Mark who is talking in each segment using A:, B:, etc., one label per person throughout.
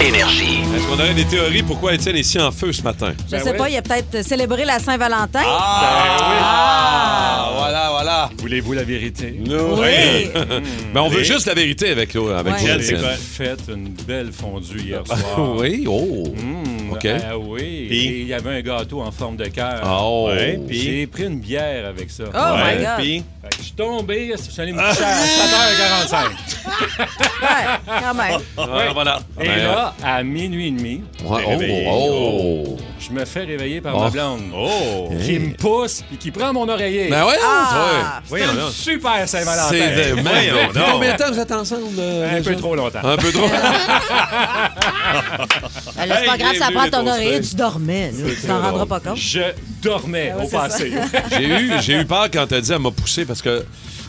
A: Énergie.
B: Est-ce qu'on aurait des théories pourquoi Étienne est si en feu ce matin?
C: Je sais pas, il a peut-être célébré la Saint-Valentin.
D: Ah, voilà, voilà.
E: Voulez-vous la vérité?
B: Nous.
C: Oui.
B: Mais Ben, on veut
E: Oui.
B: juste la vérité avec, euh, avec
C: Ouais.
B: vous,
E: J'ai
B: Étienne.
E: fait une belle fondue hier soir.
B: Oui, oh.
E: Mm,
B: OK.
E: ah oui. Et il y avait un gâteau en forme de cœur.
B: Oh.
E: Ouais, puis j'ai pris une bière avec ça.
C: Oh
E: Ouais.
C: my God.
B: Puis,
E: Fait que Je suis tombé, je suis allé me coucher à 7h45.
C: Ouais, quand même.
B: ah, voilà.
E: Et
B: Ben,
E: là, à minuit et demi,
B: ouais,
A: réveillé.
B: oh, oh.
E: je me fais réveiller par
B: Oh.
E: ma blonde.
A: Oh!
E: Qui me pousse et qui prend mon oreiller.
B: Ben ouais,
C: Ah.
B: ouais.
E: C'est
A: voyons
E: une
A: donc.
E: super Saint-Valentin.
B: C'est de
A: Voyons
B: Depuis
A: donc.
B: Combien de temps vous êtes ensemble? euh,
E: Un peu
B: déjà?
E: trop longtemps.
B: Un peu trop.
C: Ben là, c'est pas
B: Hey,
C: grave, ça
B: bienvenue,
C: prend ton
B: les
C: oreiller,
B: toastés.
C: tu dormais. là. Tu t'en rendras pas compte.
E: Je dormais
C: Ah ouais,
E: au
C: c'est ça.
E: passé.
B: j'ai, eu, j'ai eu peur quand t'as dit elle m'a poussé parce que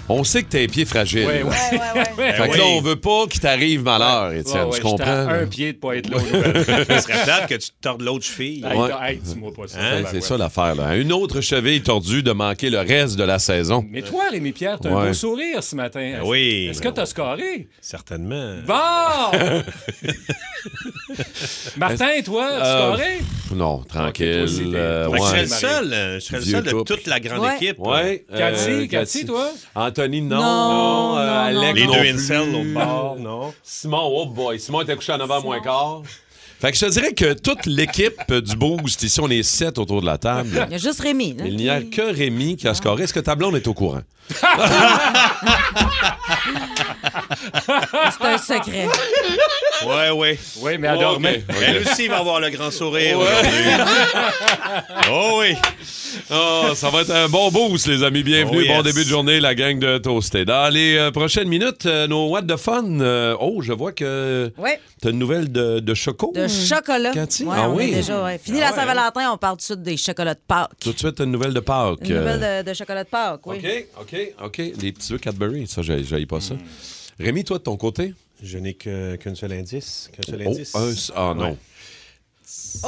B: on sait que t'as les pieds fragiles.
E: Ouais, ouais.
C: Ouais, ouais, ouais.
B: Fait que
A: Ben
B: là,
A: oui.
B: on veut pas qu'il t'arrive malheur, Étienne.
E: Ouais, ouais,
B: tu
E: j'étais
B: comprends?
E: à
B: là?
E: un pied de pas être là. aux nouvelles.
A: Ça serait plate que tu te tordes l'autre cheville.
E: Hey,
B: Ouais.
E: hey, dis-moi pas ça.
B: Hein,
E: ben
B: c'est
E: ouais.
B: ça l'affaire. Là. Une autre cheville tordue de manquer le reste de la saison.
E: Mais toi, Rémi Pierre, t'as
B: Ouais. Ben
E: un beau sourire ce matin. Est-ce-
A: oui.
E: Est-ce que t'as scoré?
A: Certainement.
E: Bon! Martin, toi, tu
B: Euh,
E: scoré?
B: Non,
E: Ok, toi aussi,
B: tranquille.
E: t'es-
B: euh,
A: Fait que je serais
B: ouais.
A: le seul, euh, je serais le
B: Vieux
A: seul de
B: couple.
A: toute la grande
C: Ouais.
A: équipe.
B: Ouais, euh,
E: Cathy, Cathy, toi?
B: Anthony, non.
C: Non,
B: euh,
C: non,
B: Alex,
C: non.
A: Les
B: non
A: deux
B: plus.
A: incels, l'autre bord, non?
B: Simon, oh boy. Simon était couché à 9h moins quart. Fait que je te dirais que toute l'équipe du Boost, ici, on est sept autour de la table.
C: Il y a juste Rémi. là.
B: Il n'y a que Rémi qui a scoré. Est-ce que ta blonde est au courant?
C: C'est un secret.
A: Ouais, ouais.
E: Oui, mais elle dormait.
B: Ok.
A: Elle Ben, aussi va avoir le grand sourire aujourd'hui. oh oui.
B: Ah, ça va être un bon boost, les amis. Bienvenue.
A: Oh, yes.
B: Bon début de journée, la gang de Toasté. Dans les euh, prochaines minutes, euh, nos What the Fun. euh, oh, je vois que
C: Ouais.
B: t'as une nouvelle de, de Choco.
C: De chocolat.
B: Hmm. Cathy?
C: Ouais,
B: Ah
C: on est
B: oui.
C: déjà, ouais. Fini la Saint-Valentin, on parle tout de suite des chocolats de Pâques.
B: Tout de suite, t'as une nouvelle de Pâques.
C: Une
B: euh,
C: nouvelle de, de chocolat de Pâques, oui.
B: OK, OK, OK. Les petits œufs Cadbury, ça, j'aille j'aille pas
A: Hmm.
B: ça. Rémi, toi, de ton côté?
A: Je n'ai que- qu'un seul indice. Qu'un seul
B: Oh,
A: indice.
B: un s- ah non.
A: Ouais.
C: Oh,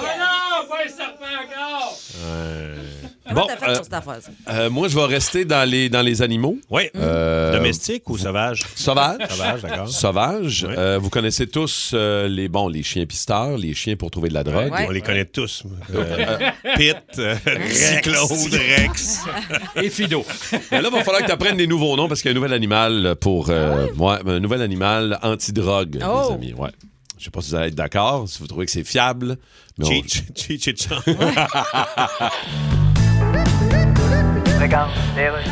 C: yeah!
E: Ah Non, pas un serpent encore!
C: Comment
B: Bon,
C: t'as fait
B: euh,
C: sur cette affaire? ça?
B: euh, moi, je vais rester dans les, dans les animaux.
A: Oui.
B: Euh,
A: Domestique ou sauvage?
B: Sauvages.
A: Sauvage, d'accord.
B: Sauvages.
A: Ouais.
B: Euh, vous connaissez tous euh, les, bons, les chiens pisteurs, les chiens pour trouver de la drogue.
C: Ouais.
A: On les connaît tous. Euh, Pete, euh, Cyclone, Rex.
E: Et Fido.
B: Mais là, il va falloir que tu apprennes des nouveaux noms parce qu'il y a un nouvel animal pour. euh, ouais, un nouvel animal anti-drogue,
C: Oh.
B: les amis. Ouais. Je sais pas si vous allez être d'accord, si vous trouvez que c'est fiable. Mais on-
A: Cheech, Cheech et Chong.
F: Regarde, David.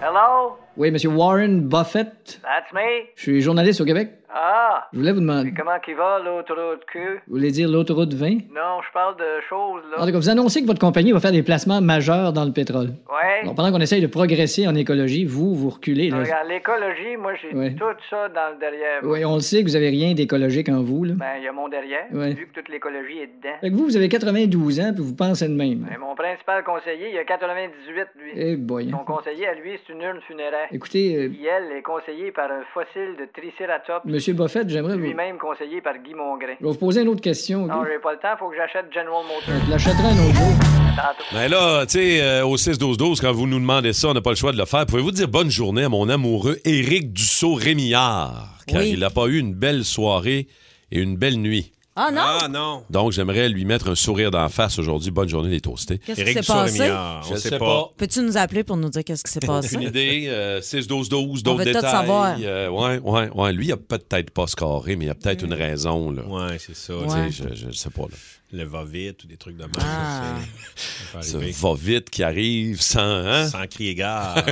F: Hello,
G: Oui, monsieur Warren Buffett.
F: that's me.
G: Je suis journaliste au Québec.
F: Ah,
G: Je voulais vous demander.
F: comment qu'il va l'autoroute Q?
G: Vous voulez dire l'autoroute 20?
F: Non, je parle de choses
G: En
F: là.
G: tout cas, vous annoncez que votre compagnie va faire des placements majeurs dans le pétrole.
F: Ouais.
G: Bon, pendant qu'on essaye de progresser en écologie, vous, vous reculez. là.
F: Regarde, l'écologie, moi j'ai
G: Ouais.
F: tout ça dans le derrière.
G: Oui, on le sait que vous avez rien d'écologique en vous. Là.
F: Ben, il y a mon derrière,
G: Ouais.
F: vu que toute l'écologie est dedans.
G: Fait que vous, vous avez 92 ans, puis vous pensez de même.
F: Mais mon principal conseiller, il a 98, lui.
G: Eh boy.
F: Son conseiller à lui, c'est une urne funéraire.
G: Écoutez, euh,
F: Qui, elle, est conseillée par un fossile de Triceratops,
G: monsieur Buffett, j'aimerais vous...
F: lui-même conseillé par Guy Mongrain.
G: Je vais vous poser une autre question.
F: Non,
G: ok?
F: j'ai pas le temps, faut que j'achète General Motors.
G: Je l'achèterai un autre jour.
F: Tantôt.
B: Mais Ben là, tu sais, euh, au 6-12-12, quand vous nous demandez ça, on n'a pas le choix de le faire. Pouvez-vous dire bonne journée à mon amoureux Éric Dussault-Rémillard, car
C: Oui.
B: il n'a pas eu une belle soirée et une belle nuit.
C: Ah non?
A: Ah non.
B: Donc, j'aimerais lui mettre un sourire d'en face aujourd'hui. Bonne journée, les toastés.
C: Qu'est-ce qui
A: Éric
C: s'est passé?
A: Dussault-Rémillard,
B: Je
A: on sait
B: sais
A: pas.
C: Peux-tu nous appeler pour nous dire qu'est-ce qui s'est
B: Aucune
C: passé?
B: idée. euh, 6-12-12,
C: On
B: d'autres
C: veut tout
B: détails.
C: savoir.
B: Euh, ouais, ouais, ouais. Lui, il a peut-être pas scoré, mais il y a peut-être une raison. Là.
A: Ouais, c'est ça.
C: Ouais.
B: Tu sais, Je, je sais pas. Là.
A: Le va-vite ou des trucs de
B: Ben,
A: même.
C: Ah.
A: c'est- ça peut
B: Ce
A: arriver.
B: va-vite qui arrive sans. hein?
A: Sans crier gare.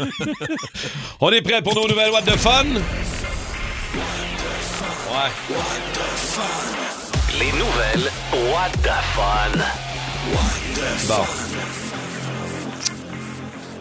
B: On est prêt pour nos nouvelles What de Fun? Ouais.
D: Les nouvelles, what the fun.
B: Bon.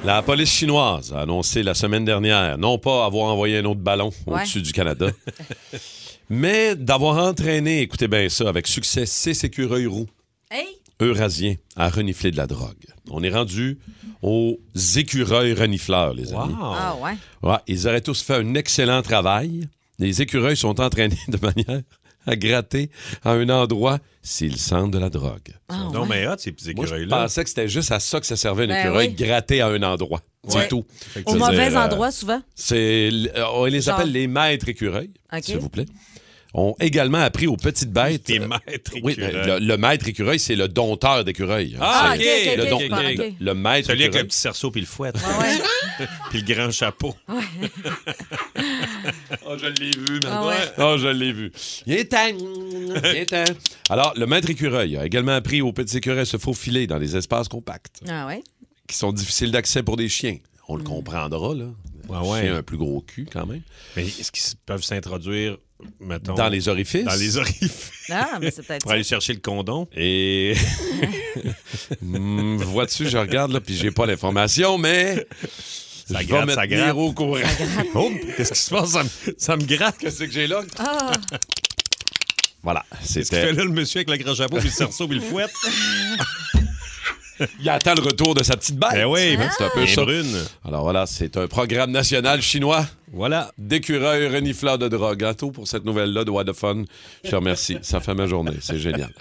B: La police chinoise a annoncé la semaine dernière non pas avoir envoyé un autre ballon
C: Ouais.
B: au-dessus du Canada, mais d'avoir entraîné, écoutez bien ça, avec succès, six écureuils roux
C: Hey!
B: eurasiens à renifler de la drogue. On est rendu aux écureuils renifleurs, les amis.
C: Ah ouais?
B: Ouais, ils auraient tous fait un excellent travail. Les écureuils sont entraînés de manière à gratter à un endroit s'ils sentent de la drogue.
C: Ah,
A: Non,
C: ouais.
A: mais hot, ces petits
B: Moi, je
A: écureuils-là.
B: pensais que c'était juste à ça que ça servait une
C: Ben
B: écureuil,
C: oui.
B: gratter à un endroit. C'est
C: Ouais.
B: tout.
A: Fait que
C: Au
A: tu veux
C: mauvais
A: dire, euh,
C: endroit, souvent.
B: C'est, l- euh, on les
C: Genre.
B: appelle les maîtres écureuils,
C: Ok.
B: s'il vous plaît. Ont également appris aux petites bêtes. euh,
A: Tes maîtres
B: Oui, ben,
A: écureuils.
B: le, le maître écureuil, c'est le dompteur d'écureuil.
A: Ah,
B: C'est
A: ok, ok,
B: le,
A: ok,
B: don-
A: je
C: comprends,
B: le-
C: ok.
B: le maître
A: Celui avec le
B: écureuil.
A: petit cerceau puis le fouet.
C: Ah ouais.
A: puis le grand chapeau.
B: Oh, je l'ai vu,
C: Ah ouais.
B: Oh, je l'ai vu. Il est temps. Il est temps. Alors, le maître écureuil a également appris aux petits écureuils à se faufiler dans des espaces compacts
C: Ah ouais.
B: qui sont difficiles d'accès pour des chiens. On le comprendra, là.
A: Ouais,
B: Un
A: ouais.
B: chien a un plus gros cul, quand même.
A: Mais est-ce qu'ils peuvent s'introduire, mettons,
B: Dans les orifices.
A: dans les orifices
C: Ah, mais c'est peut-être
A: pour
C: ça.
A: aller chercher le condom?
B: Et. Hmm, Vois-tu, je regarde, là, puis j'ai pas l'information, mais.
A: Ça
B: je
A: gratte,
B: vais me
A: ça
B: tenir
A: gratte.
B: au courant.
A: Oh, qu'est-ce qui se passe? Ça me, ça me gratte.
B: Qu'est-ce que j'ai là?
C: Ah,
B: Voilà,
A: Qu'est-ce qu'il fait
B: c'était.
A: là, le monsieur avec le grand chapeau, puis le cerceau, puis le fouet?
B: Il attend le retour de sa petite bête. Ah!
A: Ben oui, ben,
B: c'est un peu
A: bien
B: ça.
A: brune.
B: Alors voilà, c'est un programme national chinois
A: Voilà.
B: d'écureuils renifleurs de drogue. Gâteau pour cette nouvelle-là de What the Fun. Je te remercie. Ça fait ma journée. C'est génial.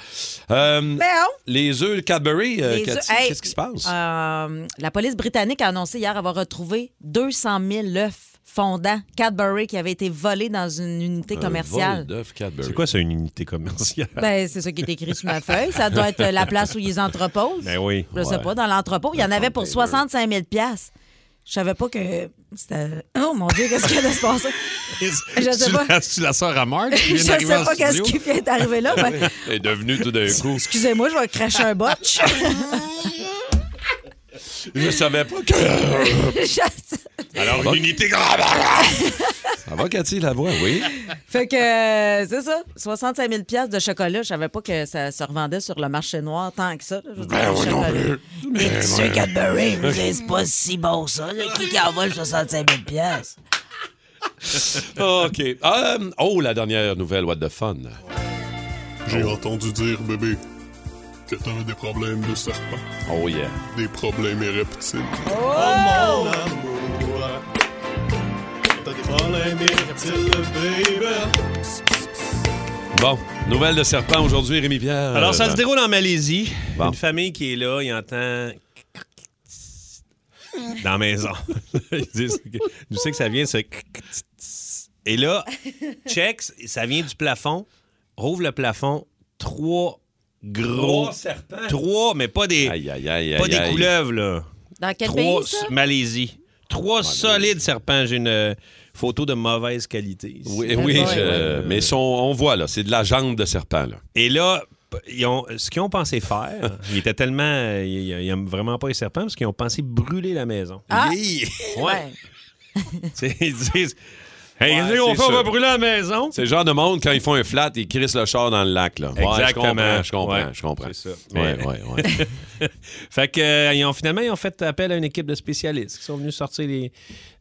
B: Euh,
C: ben, oh.
B: les œufs Cadbury, euh,
C: Les œufs-
B: Cathy,
C: hey,
B: qu'est-ce qui se passe?
C: Euh, la police britannique a annoncé hier avoir retrouvé 200 000 œufs fondants Cadbury qui avaient été volés dans une unité
B: Un
C: commerciale.
B: vol d'œufs Cadbury.
A: C'est quoi, c'est une unité commerciale?
C: Ben, c'est ça qui est écrit sur ma feuille. Ça doit être euh, la place où ils entreposent.
A: Ben oui.
C: Je sais pas, dans l'entrepôt. Il y en avait pour 65 000 Je savais pas que c'était... Oh mon Dieu, qu'est-ce qui allait se passer? Je sais
A: tu
C: pas.
A: La, tu la sors à Marc?
C: Je sais pas qu'est-ce qui vient d'arriver là. mais-
B: est devenu tout d'un coup.
C: Excusez-moi, je vais cracher un botch.
B: Oh. Je savais pas que.
C: Je-
A: Alors, une unité...
B: Ça va, Cathy, la voix, oui.
C: Fait que euh, c'est ça, 65 000 pièces de chocolat. Je savais pas que ça se revendait sur le marché noir tant que ça. là. Je veux
B: Ben
C: dire, le chocolat. Les petits œufs Cadbury, je veux dire, c'est pas si bon ça. là. Qui qui en vole 65 000 pièces?
B: OK. Euh, oh, la dernière nouvelle, What the Fun.
H: J'ai entendu dire, bébé, que t'avais des problèmes de serpent,
B: Oh, yeah.
H: des problèmes reptiles.
E: Oh
B: Bon, nouvelle de serpent aujourd'hui, Rémi Pierre.
A: Alors, ça
B: Euh,
A: se déroule en Malaisie.
B: Bon.
A: Une famille qui est là, il entend. Dans la maison. Ils disent que- Nous sais que ça vient, ce. Et là, check, ça vient du plafond. Rouvre le plafond. Trois gros.
B: Trois serpents.
A: Trois, mais pas des,
B: Aïe, aïe, aïe,
A: pas
B: aïe,
A: des
B: aïe.
A: couleuvres, là.
C: Dans quel
A: Trois.
C: pays ça?
A: Malaisie. Trois solides serpents. J'ai une euh, photo de mauvaise qualité. ici.
B: Oui, oui,
C: Ouais,
B: je-
C: ouais.
B: mais son, on voit, là, c'est de la jambe de serpent, là.
A: Et là, p- ils ont, ce qu'ils ont pensé faire, ils étaient tellement. euh, Ils ils aiment vraiment pas les serpents parce qu'ils ont pensé brûler la maison.
C: Ah!
A: Yeah! Ouais.
C: Ouais.
A: Tu sais, ils disent. Hey,
B: Ouais,
A: qu'est-ce qu'on
B: c'est
A: fait? on va
B: sûr.
A: brûler la maison.
B: C'est le genre de monde, quand ils font un flat, ils crissent le char dans le lac, là. Ouais,
A: Exactement.
B: je comprends,
A: Ouais.
B: je comprends, je comprends.
A: C'est ça.
B: Ouais, ouais, ouais.
A: Fait que euh, ils ont, finalement, ils ont fait appel à une équipe de spécialistes qui sont venus sortir les,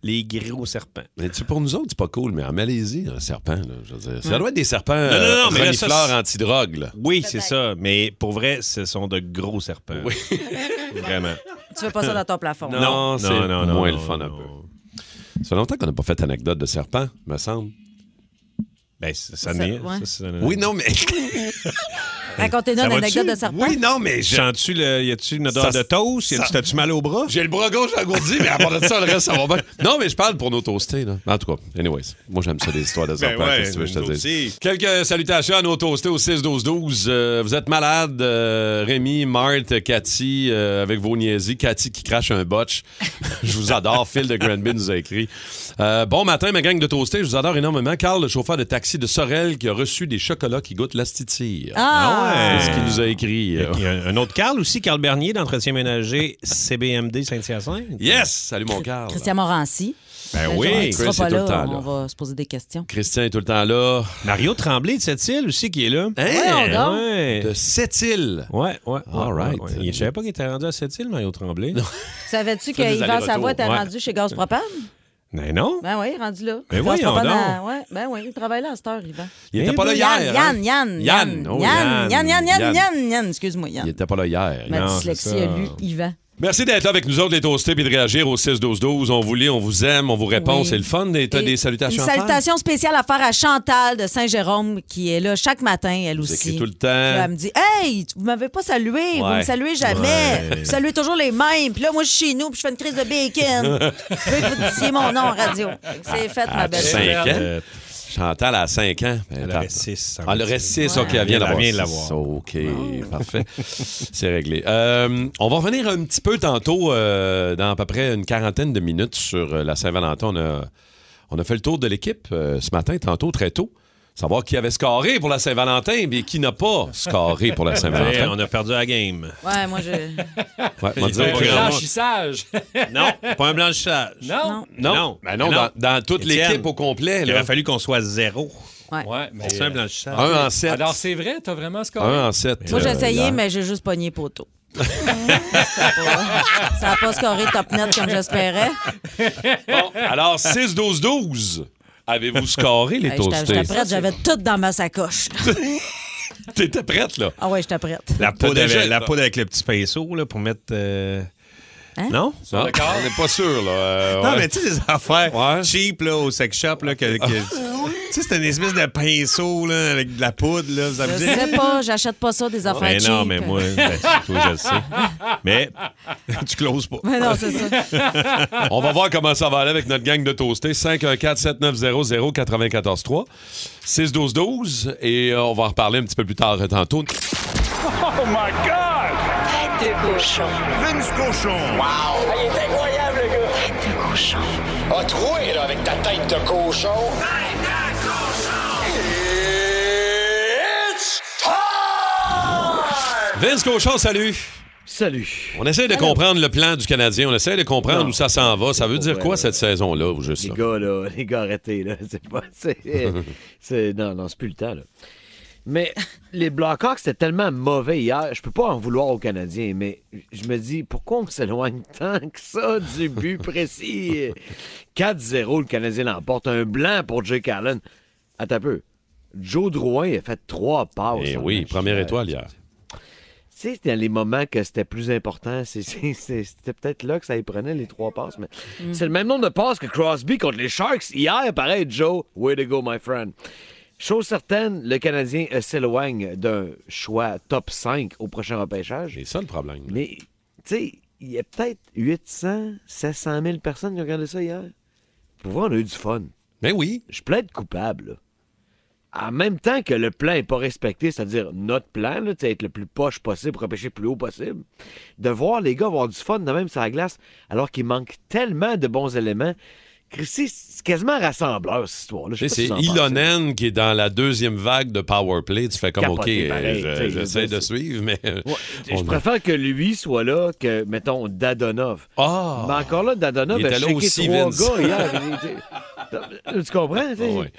A: les gros serpents.
B: Mais tu sais, pour nous autres, c'est pas cool, mais en Malaisie, un serpent, là, je veux dire, ça doit être des serpents euh, non,
A: Hmm. non, non, mais là, ça, c'est-
B: anti-drogue, là.
A: Oui, c'est ça. Mais pour vrai, ce sont de gros serpents.
B: Oui.
A: Vraiment.
C: Tu veux pas ça dans ton plafond?
B: Non, c'est moins le fun un peu. Ça fait longtemps qu'on n'a pas fait anecdote de serpent, me semble.
A: Ben, ça,
C: Ça-
A: ça, n'est-
C: ouais.
A: ça, ça-
B: Oui, non, mais.
C: Racontez-nous
A: Ça
C: une
A: va-tu?
C: anecdote de serpent.
B: Oui, non, mais. je-
A: Sens-tu le- Y a-tu une odeur
B: Ça-
A: de toast? Y a-tu-
B: ça-
A: T'as-tu mal au bras?
B: J'ai le bras gauche engourdi, mais à part de ça, le reste, ça va bien. Non, mais je parle pour nos toastés, là. En tout cas, anyways, moi, j'aime ça, les histoires de serpents.
A: Ben ouais,
B: qu'est-ce que tu veux que je te
A: nous
B: dise?
A: aussi.
B: Quelques salutations à nos toastés au 6-12-12. Euh, vous êtes malades, euh, Rémi, Marthe, Cathy, euh, avec vos niaiseries. Cathy qui crache un botch. je vous adore. Phil de Granby nous a écrit. Euh, bon matin, ma gang de toastés. Je vous adore énormément. Carl, le chauffeur de taxi de Sorel, qui a reçu des chocolats qui goûtent l'astitire.
C: Ah!
A: Ah ouais.
B: C'est ce qu'il nous a écrit. euh.
A: Il y a un autre Carl aussi, Carl Bernier, d'entretien ménager CBMD Saint-Hyacinthe.
B: Yes! Salut, mon Carl.
C: Christian Morancy.
A: Ben
C: Genre,
A: oui.
C: tu
B: Chris
C: seras
B: est
C: pas
B: tout
C: là,
B: le temps
C: on
B: là.
C: va se poser des questions.
B: Christian est tout le temps là.
A: Mario Tremblay de cette île aussi qui est là.
C: Voyons donc.
A: Ouais.
B: De Sept-Îles.
A: Ouais, ouais. ouais,
B: All right.
A: ouais, ouais. Je savais pas qu'il était rendu à cette île, Mario Tremblay.
C: Savais-tu
B: Fais des
C: qu'Yvan Savoie était
A: allers-retours, ouais.
C: rendu chez Gaz Propane?
A: Mais non.
C: Ben oui, rendu là.
A: Ben
C: Gaz
A: voyons
C: Propane
A: donc.
C: à- ouais, ben oui, il travaille là à cette heure, Yvan.
B: Il était
A: Eh
B: pas là
A: ben,
B: hier. hein?
C: Yann, Yann, Yann, Yann,
B: Yann, oh,
C: Yann, Yann,
B: Yann,
C: Yann, Yann,
B: Yann.
C: Yann, Yann, excuse-moi,
B: Il
C: Yann.
B: était pas là hier.
C: Ma
A: Non,
C: dyslexie
A: c'est ça.
C: a lu Yvan.
B: Merci d'être là avec nous autres, les toastés, et de réagir au 6-12-12. On vous lit, on vous aime, on vous répond.
C: Oui.
B: C'est le fun. Des, t'as
C: Et
B: des salutations
C: Une
B: à faire?
C: salutation spéciale à faire à Chantal de Saint-Jérôme qui est là chaque matin, elle
B: Vous
C: aussi.
B: écrivez tout le
C: Puis là, elle
B: temps.
C: me dit Hey, vous m'avez pas salué, vous
B: Ouais.
C: me saluez jamais. Vous saluez toujours les mêmes. Puis là, moi, je suis chez nous, puis je fais une crise de bacon. je veux que vous disiez mon nom en radio. Fait que C'est fait, ma
B: À
C: belle.
B: 5 ans. Chantal à 5 ans. Ben,
A: Elle
B: attends.
A: aurait six, ça
B: Ah,
A: me
B: le
A: dit.
B: reste 6, OK, elle
A: vient
B: vient d'avoir.
A: de
B: six.
A: l'avoir. Ah.
B: OK, parfait. C'est réglé. Euh, on va revenir un petit peu tantôt, euh, dans à peu près une quarantaine de minutes, sur euh, la Saint-Valentin. On a, on a fait le tour de l'équipe euh, ce matin, tantôt, très tôt. Savoir qui avait scoré pour la Saint-Valentin, mais qui n'a pas scoré pour la
A: Ouais,
B: Saint-Valentin.
A: on a perdu la game.
C: Ouais, moi, je.
B: Ouais, on va dire
A: Il y
E: Un
B: que-
A: a un grand-
E: blanchissage.
A: Non, pas un blanchissage.
E: Non?
B: Non,
A: Non.
B: Ben non,
A: Mais non.
B: Dans, dans toute
A: Étienne,
B: l'équipe au complet.
A: Il
B: là.
A: aurait fallu qu'on soit zéro.
E: Ouais, mais. euh,
A: C'est un blanchissage.
B: Un en sept.
E: Alors, c'est vrai, t'as vraiment scoré.
B: Un en sept.
C: Moi, j'ai
B: euh,
C: essayé,
B: hier.
C: mais j'ai juste pogné poteau. ça n'a pas scoré top net comme j'espérais.
B: Bon, alors, 6-12-12. Avez-vous scoré les
C: Hey, J'étais j'étais
B: toastés?
C: prête, j'avais tout dans ma sacoche.
B: T'étais prête, là?
C: Ah ouais, j'étais prête.
A: La poudre,
B: déjà-
A: avec, la poudre avec le petit pinceau là, pour mettre. euh,
C: Hein?
A: Non?
B: Non,
E: le corps.
B: on n'est pas sûr, là. euh,
A: Non,
B: ouais.
A: mais tu sais, des affaires
B: Ouais.
A: cheap là, au sex shop. Là, que, que-
C: Ah.
A: tu sais, c'est une espèce de pinceau là, avec de la poudre. Là, vous
C: Je
A: amusez-
C: sais pas, j'achète pas ça des affaires
A: Mais non,
C: cheap.
A: mais moi, ben, toi, je le sais. Mais tu closes pas.
C: Mais non, c'est ça.
B: On va voir comment ça va aller avec notre gang de toastés. 514-790-0943. 6-12-12. Et euh, on va en reparler un petit peu plus tard euh, tantôt.
D: Oh
I: Tête de cochon.
D: Ah, il est incroyable, le gars! Tête de cochon. A troué, là, avec ta tête de cochon. Tête de cochon! It's time!
B: Vince Cochon, salut!
J: Salut.
B: On essaie de comprendre le plan du Canadien. On essaie de comprendre
J: Non.
B: où ça s'en va. Ça veut dire
J: Ouais,
B: quoi
J: ouais.
B: cette saison-là, ou juste
J: Les
B: là?
J: gars, là, les gars, arrêtez, là. C'est pas. C'est, c'est- non, non, c'est plus le temps, là. Mais les Blackhawks, c'était tellement mauvais hier. Je peux pas en vouloir aux Canadiens, mais je me dis, pourquoi on s'éloigne tant que ça du but précis? 4-0, le Canadien l'emporte. Un blanc pour Jake Allen. Attends un peu. Joe Drouin a fait trois passes.
B: Eh
J: dans le
B: oui,
J: match.
B: première
J: Euh,
B: étoile hier.
J: Tu sais, c'était dans les moments que c'était plus important. C'est- c'est- c'est- C'était peut-être là que ça y prenait, les trois passes. Mais c'est le même nombre de passes que Crosby contre les Sharks hier. Pareil, Joe. Way to go, my friend. Chose certaine, le Canadien euh, s'éloigne d'un choix top 5 au prochain repêchage.
B: C'est ça le problème. là.
J: Mais, tu sais, il y a peut-être 800, 700 000 personnes qui ont regardé ça hier. Pour vrai, on a eu du fun
B: Ben oui.
J: je plaide coupable. là. En même temps que le plan n'est pas respecté, c'est-à-dire notre plan, là, tu sais, être le plus poche possible, repêcher le plus haut possible, de voir les gars avoir du fun de même sur la glace, alors qu'il manque tellement de bons éléments. Christy, c'est quasiment rassembleur, cette histoire-là. Je sais
B: Tu
J: pas
B: sais,
J: si
B: C'est
J: vous en hein. pensez.
B: Ilonen qui est dans la deuxième vague de Power Play. Tu fais comme, OK,
J: Capoté, pareil,
B: euh,
J: tu sais,
B: je-
J: je veux
B: j'essaie
J: dire,
B: de
J: c'est-
B: suivre, mais... euh,
J: Ouais,
B: on
J: je
B: a-
J: préfère que lui soit là que, mettons, Dadonov.
B: Ah!
J: Mais encore là, Dadonov
B: Il
J: a
B: était là
J: checké
B: aussi,
J: trois
B: Vince.
J: gars hier. tu comprends? tu sais?
B: Ah ouais.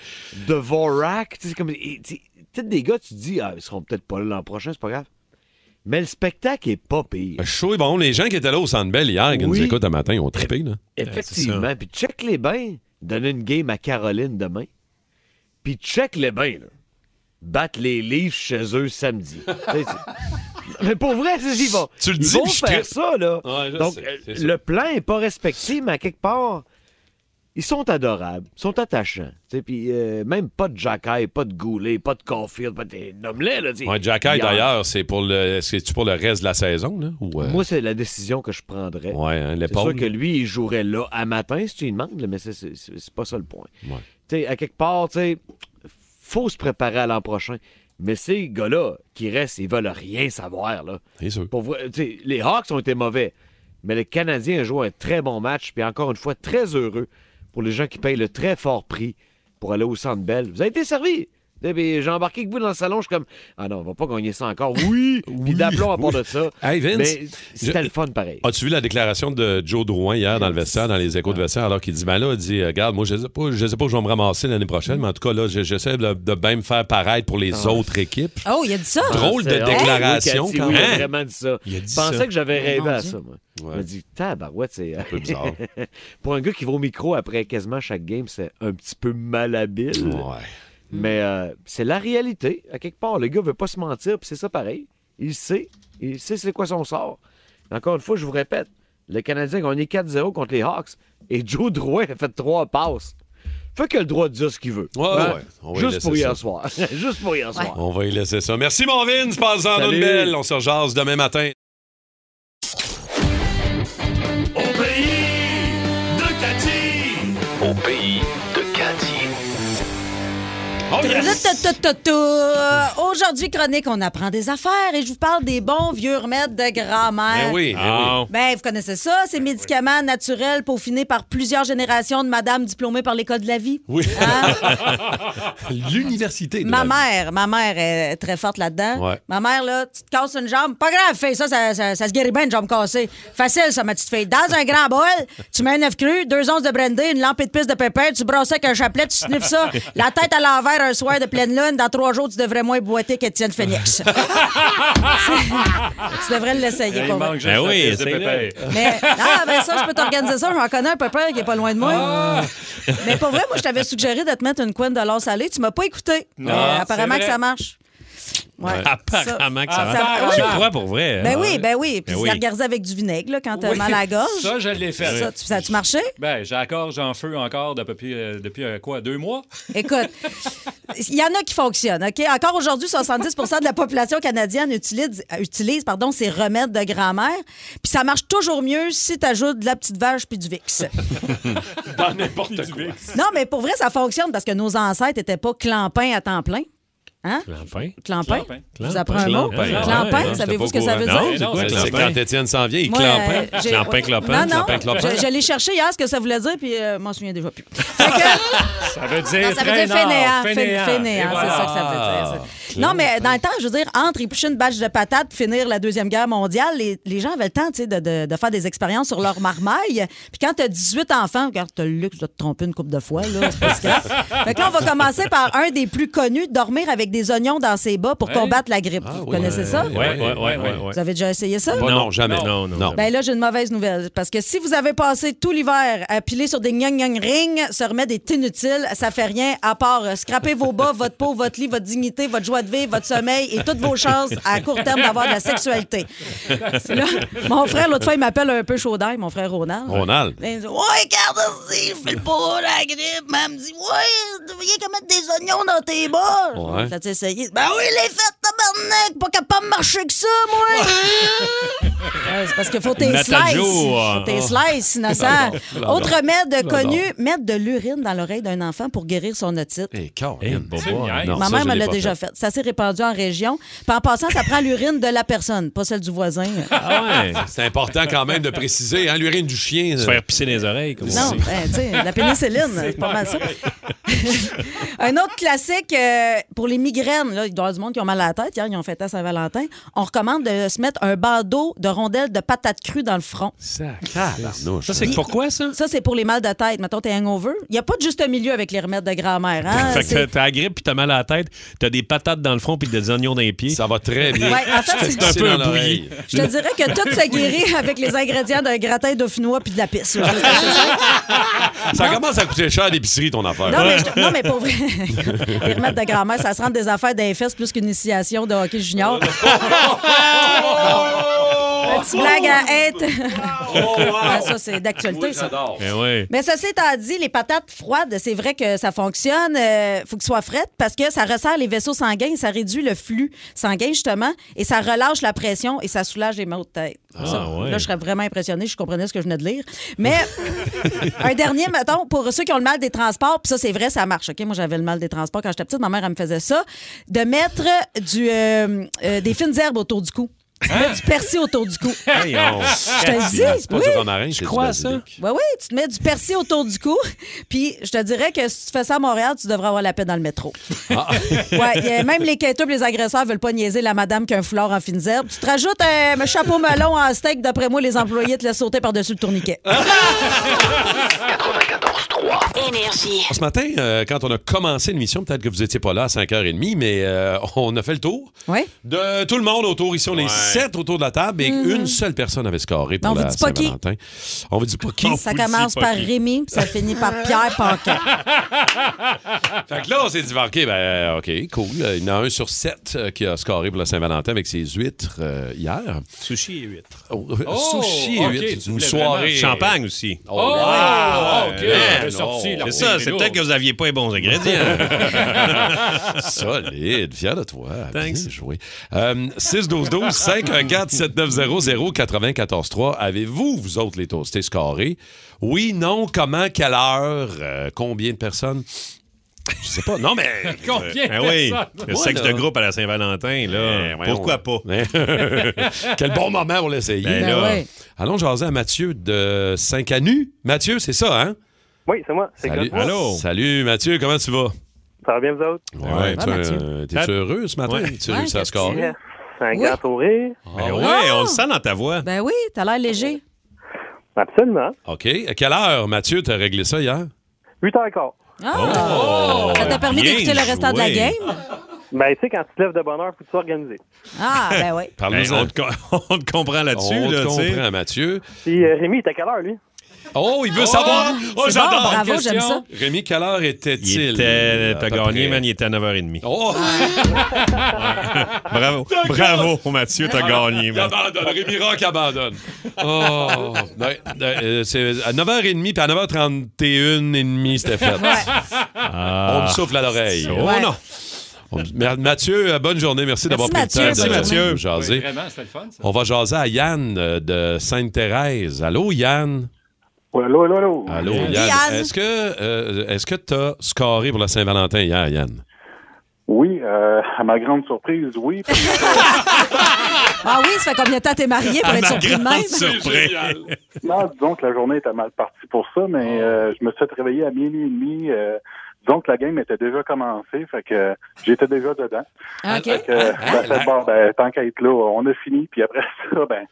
J: Dvorak, tu sais, c'est comme. et, tu sais, Peut-être des gars, tu te dis, ah, ils seront peut-être pas là l'an prochain, c'est pas grave. Mais le spectacle est pas pire.
B: Le show est bon. Les gens qui étaient là au Centre Bell hier, qui nous
J: Oui.
B: écoutent un matin, ils ont trippé. Là.
J: Effectivement. Puis check les bains. Donner une game à Caroline demain. Puis check les bains, là. Battre les livres chez eux samedi. Tu sais, tu- Mais pour vrai, c'est ils vont.
B: Tu le
J: ils
B: dis,
J: vont
B: puis je
J: faire
B: trippe.
J: ça, là.
B: Ouais, je
J: Donc,
B: sais,
J: euh,
B: c'est ça.
J: le plan est pas respecté, mais à quelque part, ils sont adorables, ils sont attachants. Tu sais, puis euh, même pas de Jacky, pas de Goulet, pas de Caulfield, pas de... Nomme-les, là. tu sais.
B: Ouais, Jack Hyde,
J: Ils en-
B: d'ailleurs, c'est pour le c'est-tu pour le reste de la saison? Là, ou, euh,
J: Moi, c'est la décision que je prendrais.
B: ouais, hein,
J: C'est sûr
B: l'épaule.
J: que lui, il jouerait là à matin, si tu lui demandes, là, mais c'est- c'est c'est- c'est pas ça le point.
B: Ouais.
J: Tu sais, à quelque part, tu sais, faut se préparer à l'an prochain. Mais ces gars-là qui restent, ils veulent rien savoir. Là.
B: C'est sûr.
J: Pour vrai, tu sais, les Hawks ont été mauvais, mais les Canadiens ont joué un très bon match, puis encore une fois, très heureux pour les gens qui payent le très fort prix pour aller au Centre Bell. Vous avez été servis! Tu sais, puis J'ai embarqué avec vous dans le salon, je suis comme Ah non, on va pas gagner ça encore. Oui!
B: Oui,
J: puis d'aplomb à part
B: oui.
J: de ça.
B: Hey, Vince,
J: mais c'était
B: je-
J: le fun pareil.
B: As-tu vu la déclaration de Joe Drouin hier dans le vestiaire, dans les
J: Ah.
B: échos de vestiaire, alors qu'il dit Ben là, il dit, regarde, moi, je sais pas, je sais pas où je vais me ramasser l'année prochaine, mais en tout cas, là, je- j'essaie de, de bien me faire paraître pour les autres équipes.
C: Oh, il a dit ça?
B: Drôle de
J: Ah, c'est-
B: déclaration,
J: oui, Cathy,
B: quand
J: oui,
B: même.
J: il a vraiment dit ça.
A: Il a dit
J: Je pensais
A: ça.
J: que j'avais
C: Oh, Mon
J: rêvé à
C: Dieu.
J: ça, moi.
B: Ouais.
J: Je me dis, tabarouette, c'est.
B: Un peu bizarre.
J: Pour un gars qui va au micro après quasiment chaque game, c'est un petit peu malhabile.
B: Ouais.
J: Mais euh, c'est la réalité. À quelque part, le gars veut pas se mentir, puis c'est ça pareil. Il sait. Il sait c'est quoi son sort. Encore une fois, je vous répète, le Canadien a gagné 4-0 contre les Hawks et Joe Drouin a fait trois passes. Fait que le droit de dire ce qu'il veut. Hein?
B: ouais. On va lui
J: Juste
B: laisser
J: pour hier
B: ça.
J: soir. Juste pour hier soir.
B: On va y laisser ça. Merci, mon Vince. Passe-en
J: Salut.
B: une belle. On se rejase demain matin.
D: Au pays de Cathy! Au pays de Cathy.
B: Oh,
D: Oh,
C: Ta-ta-ta-ta-ta. Aujourd'hui, chronique, on apprend des affaires et je vous parle des bons vieux remèdes de grand-mère.
D: Ben oui, Eh ben Ah. oui.
C: Ben, vous connaissez ça, ces médicaments naturels peaufinés par plusieurs générations de madame diplômée par l'École de la vie.
B: Oui.
A: L'université.
C: Ah, Ma mère, ma mère est très forte là-dedans.
A: Ouais.
C: Ma mère, là, tu te casses une jambe. Pas grave, fais ça, ça, ça- ça se guérit bien une jambe cassée. Facile, ça, ma petite fille. Dans un grand bol, tu mets un œuf cru, deux onces de brandy, une lampée de piste de pépin, tu brosses ça avec un chapelet, tu sniffes ça. La tête à l'envers un soir de pleine lune. Dans trois jours, tu devrais moins boiter qu'Étienne Phoenix. tu devrais l'essayer, pour vrai.
A: Ben oui, essaye-le.
C: Mais, ah, ben ça, je peux t'organiser ça. J'en connais un peu peur qui est pas loin de moi.
A: Ah!
C: Mais pour vrai, moi, je t'avais suggéré de te mettre une couenne de lard salé. Tu m'as pas écouté.
A: Non,
C: Mais apparemment
A: c'est vrai.
C: que ça marche. Ouais.
A: Apparemment que ça
C: Ça-
A: marche.
C: ouais.
A: Je crois pour vrai.
C: Ben oui, ben oui. Puis
A: Ben
C: tu
A: oui.
C: la regardais avec du vinaigre là, quand t'as
E: Oui.
C: mal à la gorge.
E: Ça, je l'ai fait.
C: Ça, tu- ça a-tu marché?
E: Ben, j'ai la gorge en feu encore depuis, euh, depuis euh, quoi, deux mois?
C: Écoute, il y en a qui fonctionnent, OK? Encore aujourd'hui, 70 de la population canadienne utilise, euh, utilise, pardon, ces remèdes de grand-mère. Puis ça marche toujours mieux si tu ajoutes de la petite vache puis du Vicks.
B: Dans n'importe quoi.
C: non, mais pour vrai, ça fonctionne parce que nos ancêtres n'étaient pas clampins à temps plein. Hein?
A: Clampin.
C: Clampins? Je vous apprends un mot?
B: Clampin.
C: Clampin,
B: Ah,
C: savez-vous ce
B: j'étais
C: que ça
B: pas
C: veut
B: au courant.
C: dire?
B: Non,
A: Non,
B: c'est
A: c'est clampin.
B: quand Étienne s'en vient, il
C: Moi,
B: clampin.
C: euh, j'ai-
B: Clampin, clampin,
C: Non, non,
B: clampin, clampin.
C: Je, je l'ai cherché hier ce que ça voulait dire, puis euh, je m'en souviens déjà plus.
E: Ça veut dire.
C: Non, ça veut dire
E: traînard,
C: fainéant. fainé-
E: fainéant.
C: fainéant,
E: Et
C: c'est
E: voilà.
C: ça que ça veut dire. ça. Non, mais dans le temps, je veux dire, entre éplucher une bâche de patates puis finir la Deuxième Guerre mondiale, les, les gens avaient le temps tu sais, de, de- de faire des expériences sur leur marmaille. Puis quand t'as 18 enfants, regarde, t'as le luxe de te tromper une coupe de fois. Là, c'est pas si grave. fait que là, on va commencer par un des plus connus, dormir avec des oignons dans ses bas pour
A: Ouais.
C: combattre la grippe.
B: Ah
C: Vous connaissez ça?
A: Oui, oui, oui.
C: Vous avez déjà essayé ça?
B: Pas Ah, non, jamais.
A: Non, non, non.
C: Ben là, j'ai une mauvaise nouvelle. Parce que si vous avez passé tout l'hiver à piler sur des gnang gnang ring, ce remède est inutile. Ça fait rien à part euh, scraper vos bas, votre peau, votre lit, votre dignité, votre joie de vivre, votre sommeil et toutes vos chances à court terme d'avoir de la sexualité. Là, mon frère, l'autre fois, il m'appelle un peu chaud d'air, mon frère Ronald.
B: Ronald.
C: Il me dit, ouais, regarde ici, je fais le bourreau de la grippe. Mais elle me dit, ouais, tu viens qu'à mettre des oignons dans tes bas.
D: Ouais.
C: T'as-tu essayé? Ben oui, les fêtes, tabarnak, pas capable de marcher que ça, moi. Ouais, c'est parce qu'il faut tes
D: Natajou,
C: slices.
D: euh,
C: Faut tes
D: oh.
C: slices, innocent.
D: J'adore, j'adore.
C: Autre remède
D: J'adore.
C: connu, mettre de l'urine dans l'oreille d'un enfant pour guérir son otite. Ma mère me l'a déjà fait. Ça s'est répandu en région. Puis en passant, ça prend l'urine de la personne, pas celle du voisin. Ah
B: Ah C'est important quand même de préciser, hein, l'urine du chien. Se
A: faire pisser les oreilles, comme
C: Non, ben, tu sais, la pénicilline, c'est pas mal ça. Un autre classique euh, pour les migraines, là, il doit y avoir du monde qui ont mal à la tête, hier, ils ont fêté à Saint-Valentin. On recommande de se mettre un bandeau de rondelles de patates crues dans le front.
A: Ça, c'est pourquoi ça?
C: Ça, c'est pour les mal de tête. Mettons, t'es hangover. Il n'y a pas de juste milieu avec les remèdes de grand-mère. Hein?
A: fait que
C: C'est-
A: t'as la grippe puis t'as mal à la tête, t'as des patates dans le front puis des oignons dans les pieds. Ça
B: va très
C: bien. Ouais, en fait, c'est-
A: c'est un peu un bouilli.
C: Je te dirais que tout se guérit avec les ingrédients d'un gratin dauphinois puis de la pisse. là.
B: Ça commence à coûter cher à l'épicerie, ton affaire.
C: Non, mais, je- non, mais pour vrai, les remèdes de grand-mère, ça se rend des affaires d'infest plus qu'une initiation de hockey junior.
D: Oh!
C: Petite blague à être.
A: Oh,
C: Ah, ça, c'est d'actualité, ça.
A: Ben oui.
C: Mais ceci étant dit, les patates froides, c'est vrai que ça fonctionne. Il faut que ce soit frais parce que ça resserre les vaisseaux sanguins, ça réduit le flux sanguin, justement, et ça relâche la pression et ça soulage les maux de tête.
D: Ah,
C: Ça,
D: ouais.
C: Là, je serais vraiment impressionnée, je comprenais ce que je venais de lire. Mais un dernier, mettons, pour ceux qui ont le mal des transports, puis ça, c'est vrai, ça marche. OK, moi, j'avais le mal des transports quand j'étais petite, ma mère, elle me faisait ça, de mettre du, euh, euh, des fines herbes autour du cou. Tu mets du persil autour du cou. Je te le dis,
B: C'est pas
C: oui.
B: du romarin, c'est du basilic.
C: Oui, oui, tu te mets du persil autour du cou. Puis je te dirais que si tu fais ça à Montréal, tu devrais avoir la paix dans le métro.
A: Ah.
C: Ouais, y a- même les quêteux les agresseurs veulent pas niaiser la madame qui a un foulard en fines herbes. Tu te rajoutes euh, un un chapeau melon en steak. D'après moi, les employés te laissent sauter par-dessus le tourniquet.
I: Énergie.
B: Ce matin, euh, quand on a commencé l'émission, peut-être que vous n'étiez pas là à 5h30, mais euh, on a fait le tour
C: Ouais.
B: de tout le monde autour. Ici, on est sept autour de la table et
C: Mhm.
B: une seule personne avait scoré pour
C: On vous
B: la
C: dit pas qui.
B: Saint-Valentin. On vous dit pas qui.
C: Ça commence par Rémi, puis ça finit par Pierre Paquin.
B: Fait que là, on s'est dit, OK, ben, OK, cool. Il y en a un sur sept euh, qui a scoré pour la Saint-Valentin avec ses huîtres euh, hier.
A: Sushi et huîtres.
B: Oh, sushi et
A: ok,
B: huîtres.
A: tu
B: Une
A: voulais
B: soirée. euh,
A: vraiment- Champagne aussi.
B: Oh,
A: Oh,
B: ah,
A: ok,
B: man,
A: on
B: non.
A: est sorti, la C'est ça, c'est peut-être que vous n'aviez pas les bons ingrédients.
B: Solide, fier de toi. Bien joué. Euh, 6-12-12, 514-7900-943. Avez-vous, vous autres, les toastés scorés? Oui, non, comment, quelle heure, euh, combien de personnes? Je sais pas. Non, mais. euh,
A: Combien de personnes? Ben Le sexe de groupe à la Saint-Valentin, là. Ben Pourquoi pas?
B: Ben, Quel bon moment pour l'essayer.
A: Ben là. Ben ouais.
B: Allons jaser à Mathieu de Saint-Canu. Mathieu, c'est ça, hein?
K: Oui, c'est moi. C'est
B: Salut.
K: exactement.
B: Salut, Mathieu, comment tu vas?
K: Ça va bien, vous autres?
B: Ouais, tu, euh, t'es-tu heureux ce matin?
A: Hein? Ouais.
B: Tu as
A: Ouais,
B: réussi à
A: qu'est-ce
B: scorer?
A: que
K: C'est un grand sourire.
B: Oh,
A: Ben ouais, on le sent dans ta voix.
C: Ben oui, t'as l'air léger.
B: Ben,
K: Absolument.
B: OK. À quelle heure, Mathieu, t'as réglé ça hier?
K: 8 h 15
B: Oh!
C: Ça t'a permis
B: Bien
C: d'écouter le restant de la
B: joué.
C: game?
K: Ben, tu sais, quand tu te lèves de bonne heure, faut que tu sois organisé.
C: Ah, ben oui.
B: Parle-nous-en.
A: on, te co- on te comprend là-dessus.
B: On te
A: là, tu sais.
B: comprend, Mathieu.
K: Puis euh, Rémi, il était à quelle heure, lui?
B: Oh, il veut
K: Oh,
B: savoir. Oh,
K: c'est
B: j'adore.
K: bon, bravo, j'aime ça.
B: Rémi, quelle heure
A: Il
B: était-il?
A: était- euh,
B: à
A: T'as
B: peu près?
A: gagné, man. Il était à 9h30.
B: Oh!
A: Bravo. Bravo, Mathieu, t'as gagné,
B: Il
A: man.
B: abandonne. Rémi Rock abandonne. Oh! Ouais, euh, c'est à 9h30 puis à 9h31,5, c'était fait. On me souffle à l'oreille.
A: Ah. Oh Ouais. non.
B: On me- Ma- Mathieu, euh, bonne journée. Merci d'avoir pris le
E: Mathieu.
B: temps
E: Merci,
B: de-
E: Mathieu.
B: de jaser.
E: Oui, vraiment, c'était le fun, ça.
B: On va jaser à Yann euh, de Sainte-Thérèse. Allô, Yann?
K: allô, allô, allô.
B: Allô, Yann.
K: Yann.
B: Est-ce que euh, est-ce que tu as scoré pour la Saint-Valentin hier, Yann?
L: Oui, euh, à ma grande surprise, oui.
C: Ah oui, ça fait combien de temps t'es marié pour être surpris de même?
L: non, disons que la journée était mal partie pour ça, mais
C: Oh.
L: euh, je me suis fait réveiller à minuit et demi. euh, disons que la game était déjà commencée, fait que euh, j'étais déjà dedans.
C: OK.
L: Fait que, euh, ben, fait, bon, ben, tant qu'à être là, on a fini, puis après ça, ben,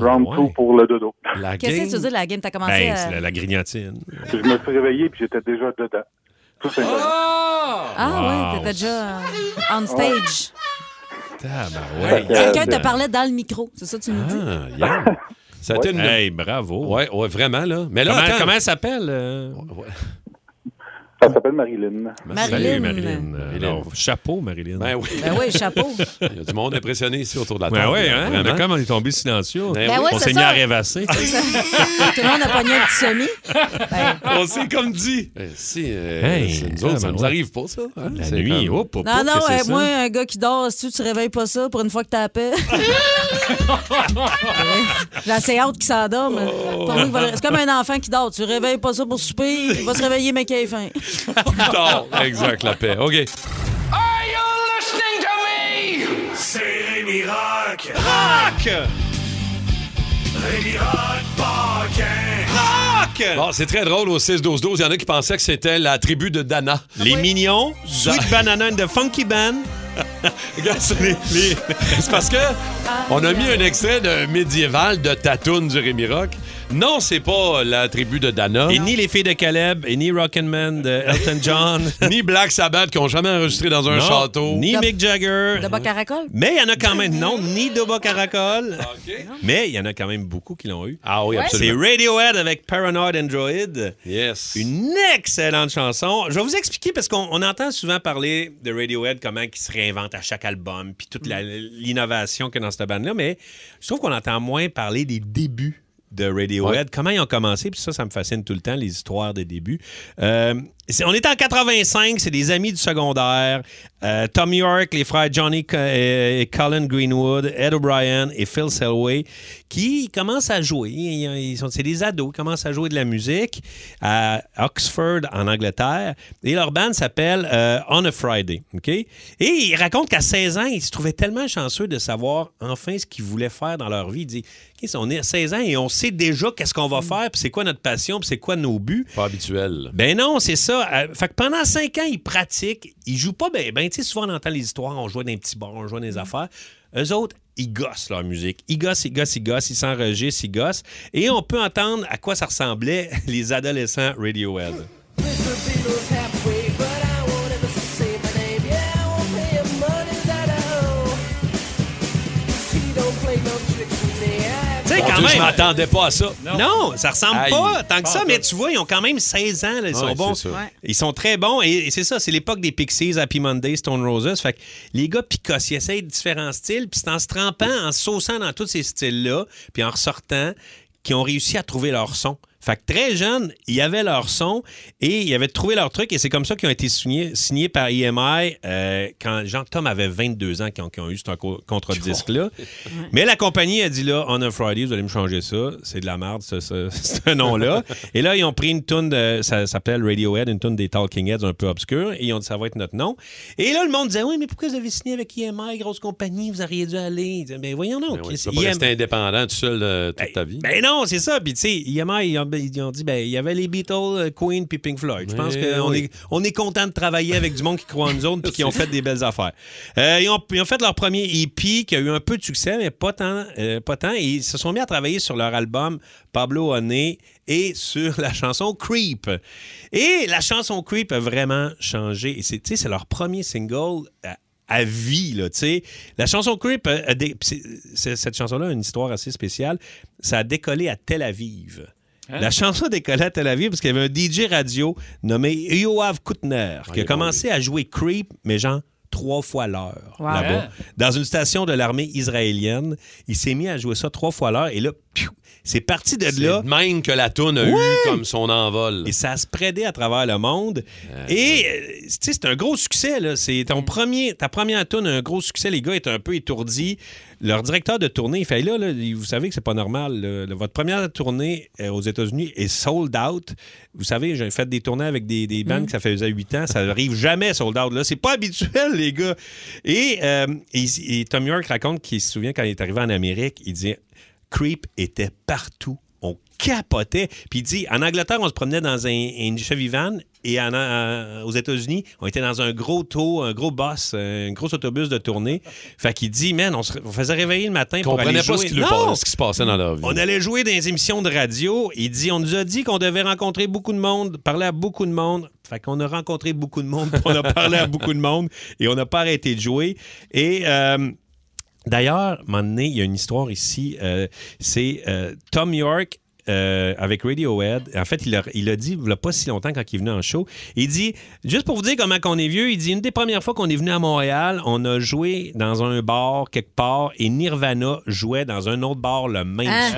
L: round two pour le dodo.
C: Qu'est-ce que tu veux dire, la game? T'as commencé
L: Ben,
C: euh, à-
L: c'est la-
A: La grignotine.
L: Je me suis réveillé, puis j'étais déjà dedans. Tout simplement.
C: Ah oui,
L: Wow.
C: t'étais déjà euh, on stage.
A: ben,
C: Ah
B: ouais.
C: Quelqu'un te parlait dans le micro, c'est ça que tu nous dis?
B: Ah, Yann. Ça a été une...
A: Hey, bravo.
B: Ouais, ouais, vraiment, là. Mais là,
A: Comment-
B: attends.
A: comment elle s'appelle? euh?
L: Ça s'appelle Marilyn.
A: Salut, Marilyn.
B: Euh,
A: Alors, chapeau, Marilyn.
B: Ben oui.
C: Ben oui, chapeau.
B: Il y a du monde impressionné ici autour de la table.
A: Ben oui, hein? On a
B: Vraiment.
A: comme on est tombé silencieux.
B: Ben
C: oui,
A: on
C: c'est
A: s'est mis
C: ça.
A: à rêvasser.
C: Tout le monde a pogné un petit semi. Ben,
B: On s'est comme dit. Eh, Si, euh,
A: Hey,
B: c'est nous autres, ça
A: ben
B: nous
A: ouais.
B: arrive pas, ça. hein?
A: La
B: C'est
A: nuit,
B: comme-
A: hop, hop,
C: Non, non, ouais, moi, un gars qui dort, si tu te réveilles pas ça pour une fois que t'as la paix. Ouais, J'ai assez hâte qu'il s'endorme.
B: Oh.
C: Pour moi, il va- C'est comme un enfant qui dort. Tu réveilles pas ça pour souper, il va se réveiller, mais qu'il ait faim.
B: Plus tard. Exact, la paix. OK.
D: C'est Rémi Rock. Rock! Rémi Rock Paquin. Rock!
B: Bon, c'est très drôle au 6-12-12. Il y en a qui pensaient que c'était la tribu de Dana.
A: Les mignons, Sweet Banana and the Funky Band.
B: Regarde, c'est les- les- c'est parce que on a mis un extrait de médiéval de Tatoune du Rémi Rock. Non, c'est pas la tribu de Dana.
A: Et ni les filles de Caleb, et ni Rock'n'Man de Elton John.
B: ni Black Sabbath qui ont jamais enregistré dans un
A: Non,
B: château.
A: Ni Mick Jagger.
C: De bas caracol?
A: Mais il y en a quand même, non, ni de bas caracol. Mais il y en a quand même beaucoup qui l'ont eu.
B: Ah oui,
A: Ouais.
B: absolument.
A: C'est Radiohead avec Paranoid Android.
B: Yes.
A: Une excellente chanson. Je vais vous expliquer parce qu'on on entend souvent parler de Radiohead, comment ils se réinventent à chaque album, puis toute la- l'innovation qu'il y a dans cette bande-là. Mais je trouve qu'on entend moins parler des débuts de Radiohead, comment ils ont commencé, puis ça, ça me fascine tout le temps, les histoires des débuts. Euh, c'est- on est en 85, c'est des amis du secondaire. Euh, Tom York, les frères Johnny Co- euh, et, et Colin Greenwood, Ed O'Brien et Phil Selway, qui commencent à jouer. Ils- ils sont- c'est des ados, ils commencent à jouer de la musique à Oxford, en Angleterre. Et leur band s'appelle euh, On a Friday. OK? Et ils racontent qu'à 16 ans, ils se trouvaient tellement chanceux de savoir enfin ce qu'ils voulaient faire dans leur vie. Ils disent OK, on est à 16 ans et on sait déjà qu'est-ce qu'on va faire, puis c'est quoi notre passion, puis c'est quoi nos buts.
B: Pas habituel.
A: Ben non, c'est ça. Euh, fait que pendant cinq ans, ils pratiquent. Ils jouent pas bien. Ben, tu sais, souvent, on entend les histoires. On joue dans des petits bars, on joue dans des affaires. Eux autres, ils gossent leur musique. Ils gossent, ils gossent, ils gossent, ils s'enregistrent, ils gossent. Et on peut entendre à quoi ça ressemblait les adolescents Radiohead. Tu sais,
B: Mon
A: quand
B: Dieu,
A: même.
B: je m'attendais
A: pas à ça. Non, ça ressemble
B: Aïe.
A: pas tant que ça,
B: Pas
A: mais
B: tout.
A: tu vois, ils ont quand même 16 ans. là, ils
B: Ah
A: sont
B: ouais,
A: bons.
B: c'est ça. Ouais.
A: Ils sont très bons. Et, et c'est ça, c'est l'époque des Pixies, Happy Monday, Stone Roses. Fait que les gars picossent, ils essayent différents styles, puis c'est en se trempant, en se sauçant dans tous ces styles-là, puis en ressortant, qu'ils ont réussi à trouver leur son. Fait que très jeunes, ils avaient leur son et ils avaient trouvé leur truc et c'est comme ça qu'ils ont été signés, signés par EMI euh, quand Jean-Tom avait 22 ans qu'ils ont, qu'ils ont eu ce co- contre-disque-là. Mais la compagnie a dit là, On a Friday, vous allez me changer ça, c'est de la merde ce, ce- ce nom-là. et là, ils ont pris une toune, de, ça s'appelle Radiohead, une toune des Talking Heads un peu obscure et ils ont dit ça va être notre nom. Et là, le monde disait, oui, mais pourquoi vous avez signé avec EMI, grosse compagnie, vous auriez dû aller? Ils disaient, ben voyons donc.
B: Tu vas
A: EMI
B: pas rester indépendant tout seul euh, toute ta vie.
A: ben non, c'est ça. Puis tu sais, EMI, ils ont, ils ont dit, ben, il y avait les Beatles, euh, Queen, puis Pink Floyd. Je pense
B: Eh
A: qu'on
B: oui.
A: est, on est content de travailler avec du monde qui croit en nous autres puis qui ont fait des belles affaires. Euh, ils, ont, ils ont fait leur premier EP qui a eu un peu de succès, mais pas tant. euh, pas tant. Et ils se sont mis à travailler sur leur album Pablo Honey et sur la chanson Creep. Et la chanson Creep a vraiment changé. Et c'est tu sais, c'est leur premier single. à- à vie, là, tu sais. La chanson Creep, euh, a dé- pis c'est- c'est- cette chanson-là a une histoire assez spéciale. Ça a décollé à Tel Aviv.
B: Hein?
A: La chanson a décollé à Tel Aviv parce qu'il y avait un DJ radio nommé Yoav
B: Ah,
A: Kutner qui a commencé à jouer Creep, mais genre trois fois l'heure
B: Wow.
A: là-bas.
B: Hein?
A: Dans une station de l'armée israélienne, il s'est mis à jouer ça trois fois l'heure et là, piou, c'est parti de là.
B: de même que la toune a
A: Ouais.
B: eu comme son envol.
A: Et ça a spreadé à travers le monde. Et, euh, tu sais, c'est un gros succès, là. C'est
B: Mm.
A: ton premier, ta première tune, un gros succès. Les gars étaient un peu étourdis. Leur directeur de tournée, il fait là, là, vous savez que c'est pas normal. là. Le- Votre première tournée euh, aux États-Unis est sold out. Vous savez, j'ai fait des tournées avec des, des bandes
B: Mm.
A: que ça faisait 8 ans. Ça arrive jamais sold out, là. C'est pas habituel, les gars. Et, euh, et- et Tom York raconte qu'il se souvient quand il est arrivé en Amérique, il dit Creep était partout. On capotait. Puis il dit, en Angleterre, on se promenait dans un, une Chevy van et en- en- aux États-Unis, on était dans un gros taux, un gros bus, un gros autobus de tournée. Fait qu'il dit, man, on se on faisait réveiller le matin
B: Ils
A: pour aller
B: comprenaient pas ce
A: jouer.
B: qui, lui
A: Non!
B: passait- ce qui se passait dans leur vie.
A: On allait jouer dans les émissions de radio. Il dit, on nous a dit qu'on devait rencontrer beaucoup de monde, parler à beaucoup de monde. Fait qu'on a rencontré beaucoup de monde, puis on a parlé à beaucoup de monde et on n'a pas arrêté de jouer. Et euh, d'ailleurs, à un moment donné, il y a une histoire ici. euh, c'est euh, Tom York. euh, avec Radiohead. En fait, il a, il a dit, il y a pas si longtemps quand il est venu en show, il dit, juste pour vous dire comment on est vieux, il dit, une des premières fois qu'on est venu à Montréal, on a joué dans un bar quelque part et Nirvana jouait dans un autre bar le même
B: Hein?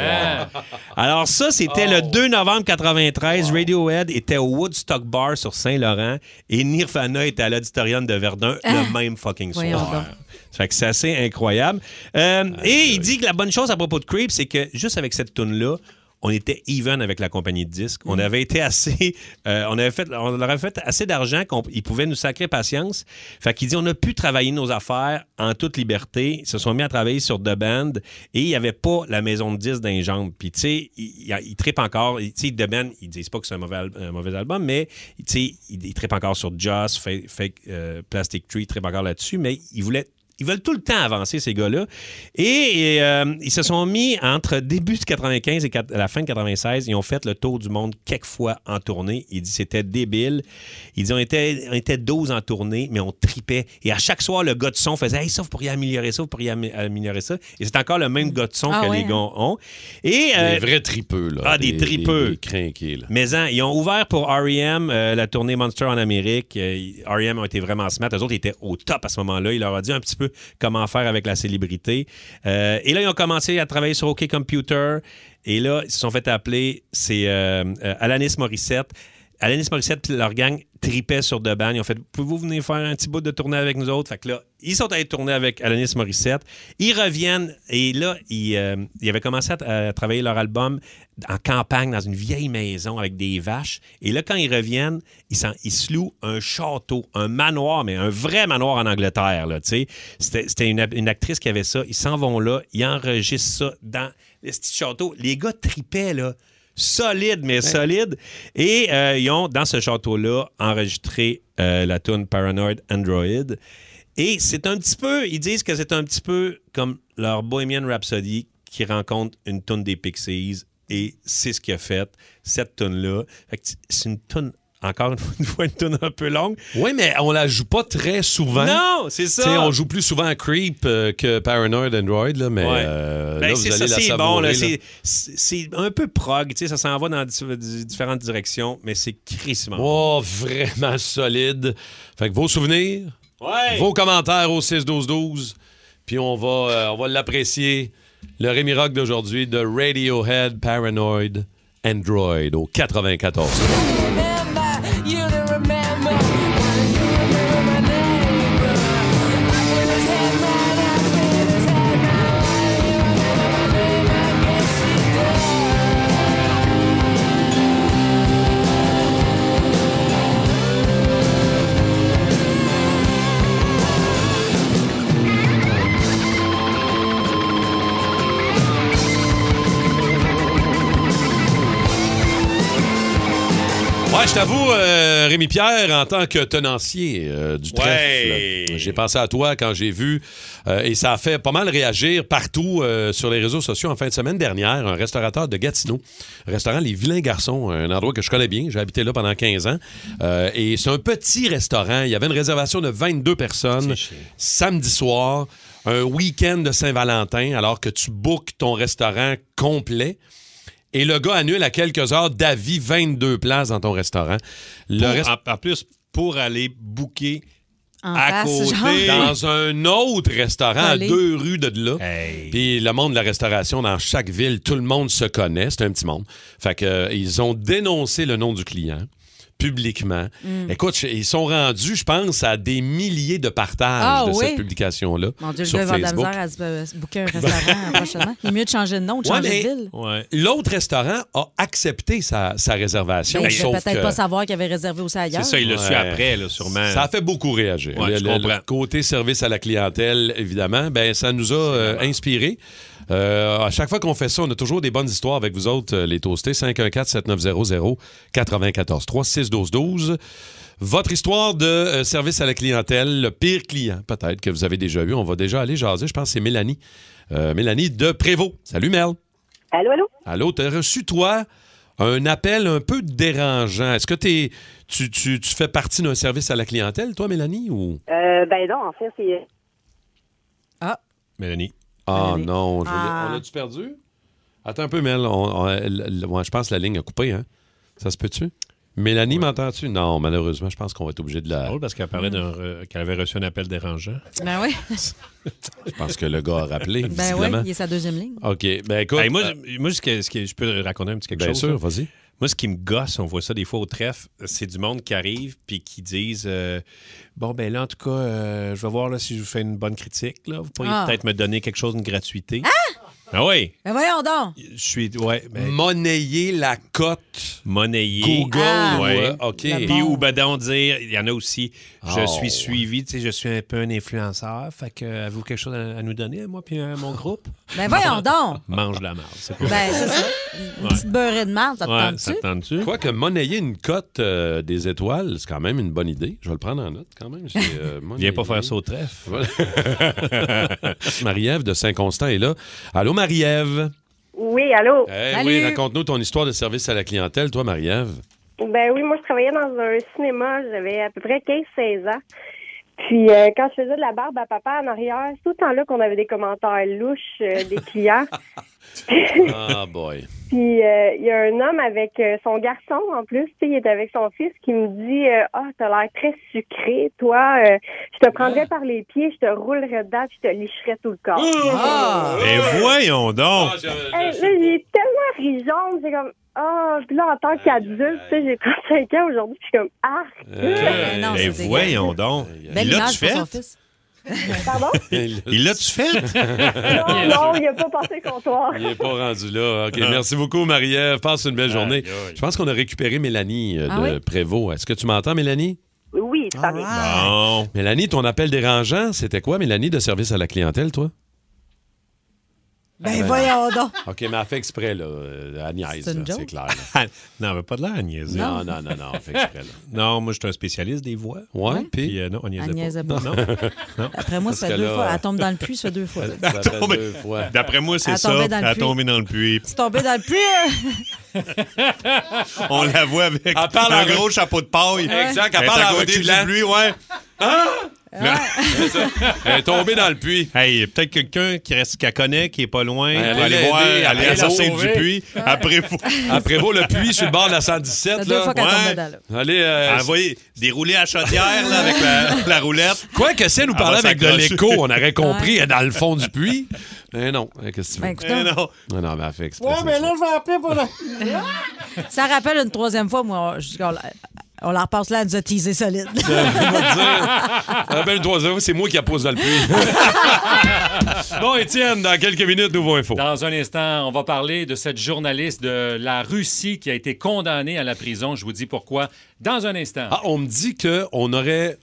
A: soir. Alors ça, c'était le 2 novembre 93. Radiohead était au Woodstock Bar sur Saint-Laurent et Nirvana était à l'auditorium de Verdun
B: Ah!
A: le même fucking
B: Voyons
A: soir.
B: donc.
A: Ça Hein? fait que c'est assez incroyable. Euh, et il dit que la bonne chose à propos de Creep, c'est que juste avec cette tune là on était even avec la compagnie de disques. On avait été assez. euh, on, avait fait, on leur avait fait assez d'argent qu'ils pouvaient nous sacrer patience. Fait qu'il dit on a pu travailler nos affaires en toute liberté. Ils se sont mis à travailler sur The Band et il n'y avait pas la maison de disques dans les jambes. Puis, tu sais, ils il, il trippent encore. Tu sais, The Band, ils disent pas que c'est un mauvais, al- un mauvais album, mais tu sais, ils il trippent encore sur Joss, Fake, Fake, euh, Plastic Tree, ils trippent encore là-dessus, mais ils voulaient ils veulent tout le temps avancer, ces gars-là. Et, et, euh, ils se sont mis entre début de 95 et quat- la fin de 96. Ils ont fait le tour du monde quelques fois en tournée. Ils disent c'était débile. Ils ont été, on était 12 en tournée, mais on tripait. Et à chaque soir, le gars de son faisait Hey, ça, vous pourriez améliorer ça, vous pourriez amé- améliorer ça. Et c'est encore le même gars de son
B: Ah
A: que
B: ouais,
A: les
B: hein?
A: gars ont. Et, euh,
B: Des vrais tripeux, là.
A: Ah, des, tripeux.
B: Des, des crinqués, là.
A: Mais hein, ils ont ouvert pour R.E.M. euh, la tournée Monster en Amérique. Euh, R.E.M. ont été vraiment smart. Eux autres étaient au top à ce moment-là. Il leur a dit un petit peu comment faire avec la célébrité. Euh, et là, ils ont commencé à travailler sur OK Computer. Et là, ils se sont fait appeler, c'est euh, euh, Alanis Morissette. Alanis Morissette puis leur gang tripaient sur The Band. Ils ont fait Pouvez-vous venir faire un petit bout de tournée avec nous autres Fait que là, ils sont allés tourner avec Alanis Morissette. Ils reviennent et là, ils, euh, ils avaient commencé à, t- à travailler leur album en campagne, dans une vieille maison avec des vaches. Et là, quand ils reviennent, ils, s'en- ils se louent un château, un manoir, mais un vrai manoir en Angleterre. là, tu sais. C'était c'était une, une actrice qui avait ça. Ils s'en vont là, ils enregistrent ça dans le petit château. Les gars tripaient, là solide, mais solide. Et euh, ils ont, dans ce château-là, enregistré euh, la tune Paranoid Android. Et c'est un petit peu, ils disent que c'est un petit peu comme leur Bohemian Rhapsody qui rencontre une toune des Pixies et c'est ce qu'il a fait, cette toune-là. Fait que C'est une toune, encore une fois, une toune un peu longue.
B: Oui, mais on la joue pas très souvent.
A: Non, c'est ça.
B: Tu sais, on joue plus souvent à Creep euh, que Paranoid Android, là, mais
A: Ouais.
B: euh,
A: Ben,
B: là, vous
A: c'est
B: allez
A: ça,
B: la
A: c'est
B: savourer.
A: bon. là,
B: là.
A: c'est- C'est c'est un peu prog, tu sais, ça s'en va dans di- di- différentes directions, mais c'est crissement.
B: Oh, vraiment solide. Fait que vos souvenirs,
A: Ouais.
B: vos commentaires au 6-12-12, puis on va, euh, on va l'apprécier. Le Rémi Rock d'aujourd'hui de Radiohead Paranoid Android au 94. Ouais, je t'avoue, euh, Rémi Pierre, en tant que tenancier euh, du trèfle,
A: Ouais.
B: euh, j'ai pensé à toi quand j'ai vu, euh, et ça a fait pas mal réagir partout euh, sur les réseaux sociaux en fin de semaine dernière. Un restaurateur de Gatineau, restaurant Les Vilains Garçons, un endroit que je connais bien, j'ai habité là pendant 15 ans. Euh, et c'est un petit restaurant, il y avait une réservation de 22 personnes samedi soir, un week-end de Saint-Valentin, alors que tu bookes ton restaurant complet. Et le gars annule à quelques heures d'avis 22 places dans ton restaurant. Le
A: Pour-
B: rest-
A: en, en plus, pour aller booker
B: En face,
A: à côté.
B: genre. Dans un autre restaurant à
A: Collé.
B: deux rues de là. Puis le monde de la restauration dans chaque ville, tout le monde se connaît, c'est un petit monde. Fait que euh, ils ont dénoncé le nom du client publiquement.
C: Mm.
B: Écoute, je- ils sont rendus, je pense, à des milliers de partages
C: Ah
B: de
C: oui?
B: cette publication-là
C: Mon Dieu, je
B: sur
C: vais avoir de la
B: Facebook.
C: misère à se- euh, se booker un restaurant prochainement. Il est mieux de changer de nom, de
B: Ouais,
C: changer
B: mais
C: de ville.
B: L'autre restaurant a accepté sa, sa réservation.
C: Ben, je vais
B: sauf
C: peut-être
B: que-
C: pas savoir qu'il avait réservé aussi ailleurs.
B: Ouais.
A: là, sûrement.
B: Ça a fait beaucoup réagir.
A: Ouais,
B: le,
A: je
B: le- le
A: comprends.
B: côté service à la clientèle, évidemment, ben, ça nous a euh, inspirés. Euh, à chaque fois qu'on fait ça, on a toujours des bonnes histoires avec vous autres, euh, les toastés. 514-7900-943-612-12. Votre histoire de euh, service à la clientèle, le pire client, peut-être, que vous avez déjà eu. On va déjà aller jaser. Je pense que c'est Mélanie. Euh, Mélanie de Prévost. Salut, Mel.
M: Allô, allô?
B: Allô, t'as reçu, toi, un appel un peu dérangeant. Est-ce que t'es- tu, tu- tu fais partie d'un service à la clientèle, toi, Mélanie, ou...
M: Euh, ben non, en fait, c'est.
A: Mélanie.
B: Ah non, je l'ai-
M: Ah.
B: on l'a-tu perdu? Attends un peu, Mel. on- on- l- l- ouais, je pense que la ligne a coupé, hein? Ça se peut-tu? Mélanie, m'entends-tu? Non, malheureusement, je pense qu'on va être obligé de la...
A: parce qu'elle parlait d'un re- qu'elle avait reçu un appel dérangeant.
C: Ben oui.
B: Je pense que le gars a rappelé,
C: Ben oui,
B: visiblement.
C: il est sa deuxième ligne.
B: OK, ben écoute...
A: Hey, moi, je- moi, ce que- ce que- je peux raconter un petit quelque
B: Bien
A: chose.
B: sûr,
A: là?
B: vas-y.
A: Moi, ce qui me gosse, on voit ça des fois au trèfle, c'est du monde qui arrive puis qui disent euh, Bon, ben là, en tout cas, euh, je vais voir là, si je vous fais une bonne critique. Là. Vous pourriez
C: Ah. Hein?
A: peut-être me donner quelque chose, une gratuité. Ah, oui.
C: Ben voyons donc.
A: Je suis. Ouais, ben-
B: Monnayer la cote.
A: Monnayer.
B: Google, Ah, ouais, OK. le
A: Puis,
B: bon.
A: ou ben, donc dire, il y en a aussi, je
B: Oh.
A: suis suivi, tu sais, je suis un peu un influenceur. Fait que, euh, avez-vous quelque chose à, à nous donner, moi, puis à mon groupe?
C: Ben voyons donc.
A: Mange la marde. c'est pas-
C: Ben c'est ça. Une
B: Ouais.
C: petite beurrée de marde, ça te
B: Ouais,
C: tente-tu? Ben
B: Quoique monnayer une cote euh, des étoiles, c'est quand même une bonne idée. Je vais le prendre en note quand même. J'ai, euh,
A: Viens pas
B: monnayer.
A: faire ça au trèfle.
B: Voilà. Marie-Ève de Saint-Constant est là. Allô, Marie-Ève.
M: Oui, allô?
B: Eh oui, raconte-nous ton histoire de service à la clientèle, toi, Marie-Ève.
M: Ben oui, moi, je travaillais dans un cinéma. J'avais à peu près 15-16 ans. Puis, euh, quand je faisais de la barbe à papa en arrière, c'est tout le temps-là qu'on avait des commentaires louches euh, des clients.
B: Ah, boy.
M: Puis, euh, il y a un homme avec euh, son garçon, en plus, tu sais, il est avec son fils, qui me dit euh, Ah, t'as l'air très sucré, toi. euh, je
B: Ah.
M: te prendrais par les pieds, je te roulerais dedans, puis je te licherais tout le corps.
B: Ah.
A: Ben voyons donc!
M: Hey, là, il est tellement rigeon, c'est comme ah, puis là en tant qu'adulte, tu sais, j'ai 35 ans aujourd'hui, je suis comme ah.
A: Euh,
M: non,
A: ben
M: c'est
A: voyons donc!
M: Belle
A: Il l'a-tu
M: image pour
A: fait?
M: son
C: fils.
M: Pardon?
A: Il l'a-tu fait?
B: Ah,
M: Non, non, il a pas passé le comptoir.
B: Il n'est pas rendu là. OK, merci beaucoup, Marie-Ève. Passe une belle journée. Je pense qu'on a récupéré Mélanie euh,
M: Ah
B: de
M: oui?
B: Prévost. Est-ce que tu m'entends, Mélanie?
M: Oui, ça arrive.
N: Ah.
A: Ah.
B: Bon. Mélanie, ton appel dérangeant, c'était quoi, Mélanie, de service à la clientèle, toi?
C: Ben, voyons donc.
B: OK, mais elle fait exprès, là. euh, Elle niaise,
C: C'est une
B: là,
C: joke?
B: c'est clair.
A: non, mais pas de l'air à niaiser.
B: Non. Non, non, non, non, elle fait exprès, là.
A: Non, moi, je suis un spécialiste des voix.
B: Ouais, Ouais.
A: puis euh, non, on niaisait
C: Elle
A: pas.
C: niaisait pas.
A: Non, non.
C: Après moi, ça fait deux fois. Elle tombe dans le puits, ça fait deux fois. là.
A: Elle a tombé- D'après moi,
C: Elle
A: c'est
C: a
A: ça.
C: tombé dans
A: Elle
C: le
A: a
C: puits.
A: tombé dans le puits.
C: C'est tombé dans le puits. hein.
A: On la voit avec
B: parle
A: un
B: en-
A: gros chapeau de paille.
B: Ouais. Exact, elle
A: Elle
B: parle
A: est à
B: en
A: côté
B: rodélant.
A: du bruit, ouais.
B: Ah!
A: Hein? Là-
B: Elle est tombée dans le puits.
A: Hey, peut-être quelqu'un qui reste qu'elle connaît, qui est pas loin,
B: Elle
A: pour
B: allait
A: aller
B: l'aider,
A: voir,
B: elle
A: aller
B: allait la
A: assassiner du
B: sauver.
A: puits.
B: Ouais.
A: Après vous.
B: Après vous, le puits sur le bord de la 117, là. Allez, euh,
A: Envoyez dérouler à chaudière là, avec la, la roulette.
B: Quoi que si elle nous
A: Elle
B: parlait
A: va
B: avec de
A: s'accrocher.
B: l'écho, on aurait compris, elle est dans le fond du puits. Mais non, eh, qu'est-ce que tu veux?
C: Ben, écoute Eh donc.
B: non. non, mais elle fait exprès.
C: Ouais,
B: c'est
C: mais
B: ça.
C: là, je vais appeler pour le. ça rappelle une troisième fois, moi. je- On, la- on la repasse là, elle nous a teasé solide.
B: Ça rappelle une troisième fois, c'est moi qui la pose dans le puits. bon, Étienne, dans quelques minutes, nouveau info.
E: Dans un instant, on va parler de cette journaliste de la Russie qui a été condamnée à la prison. Je vous dis pourquoi dans un instant.
B: Ah, on me dit qu'on aurait.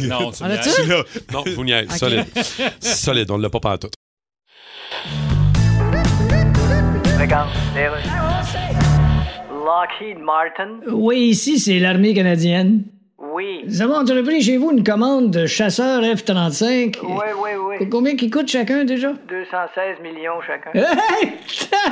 E: Non, tu On a-tu? niaises.
B: Celui-là. Non, vous niaise.
E: Ok.
B: Solide. Solide, on ne l'a pas partout.
F: Regarde, les rues. Lockheed Martin.
G: Oui, ici, c'est l'armée canadienne.
F: Oui.
G: Nous avons entrepris chez vous une commande de chasseurs F-35.
F: Oui, oui, oui.
G: Et Combien qui coûte chacun déjà?
F: 216 millions chacun.
G: Hey!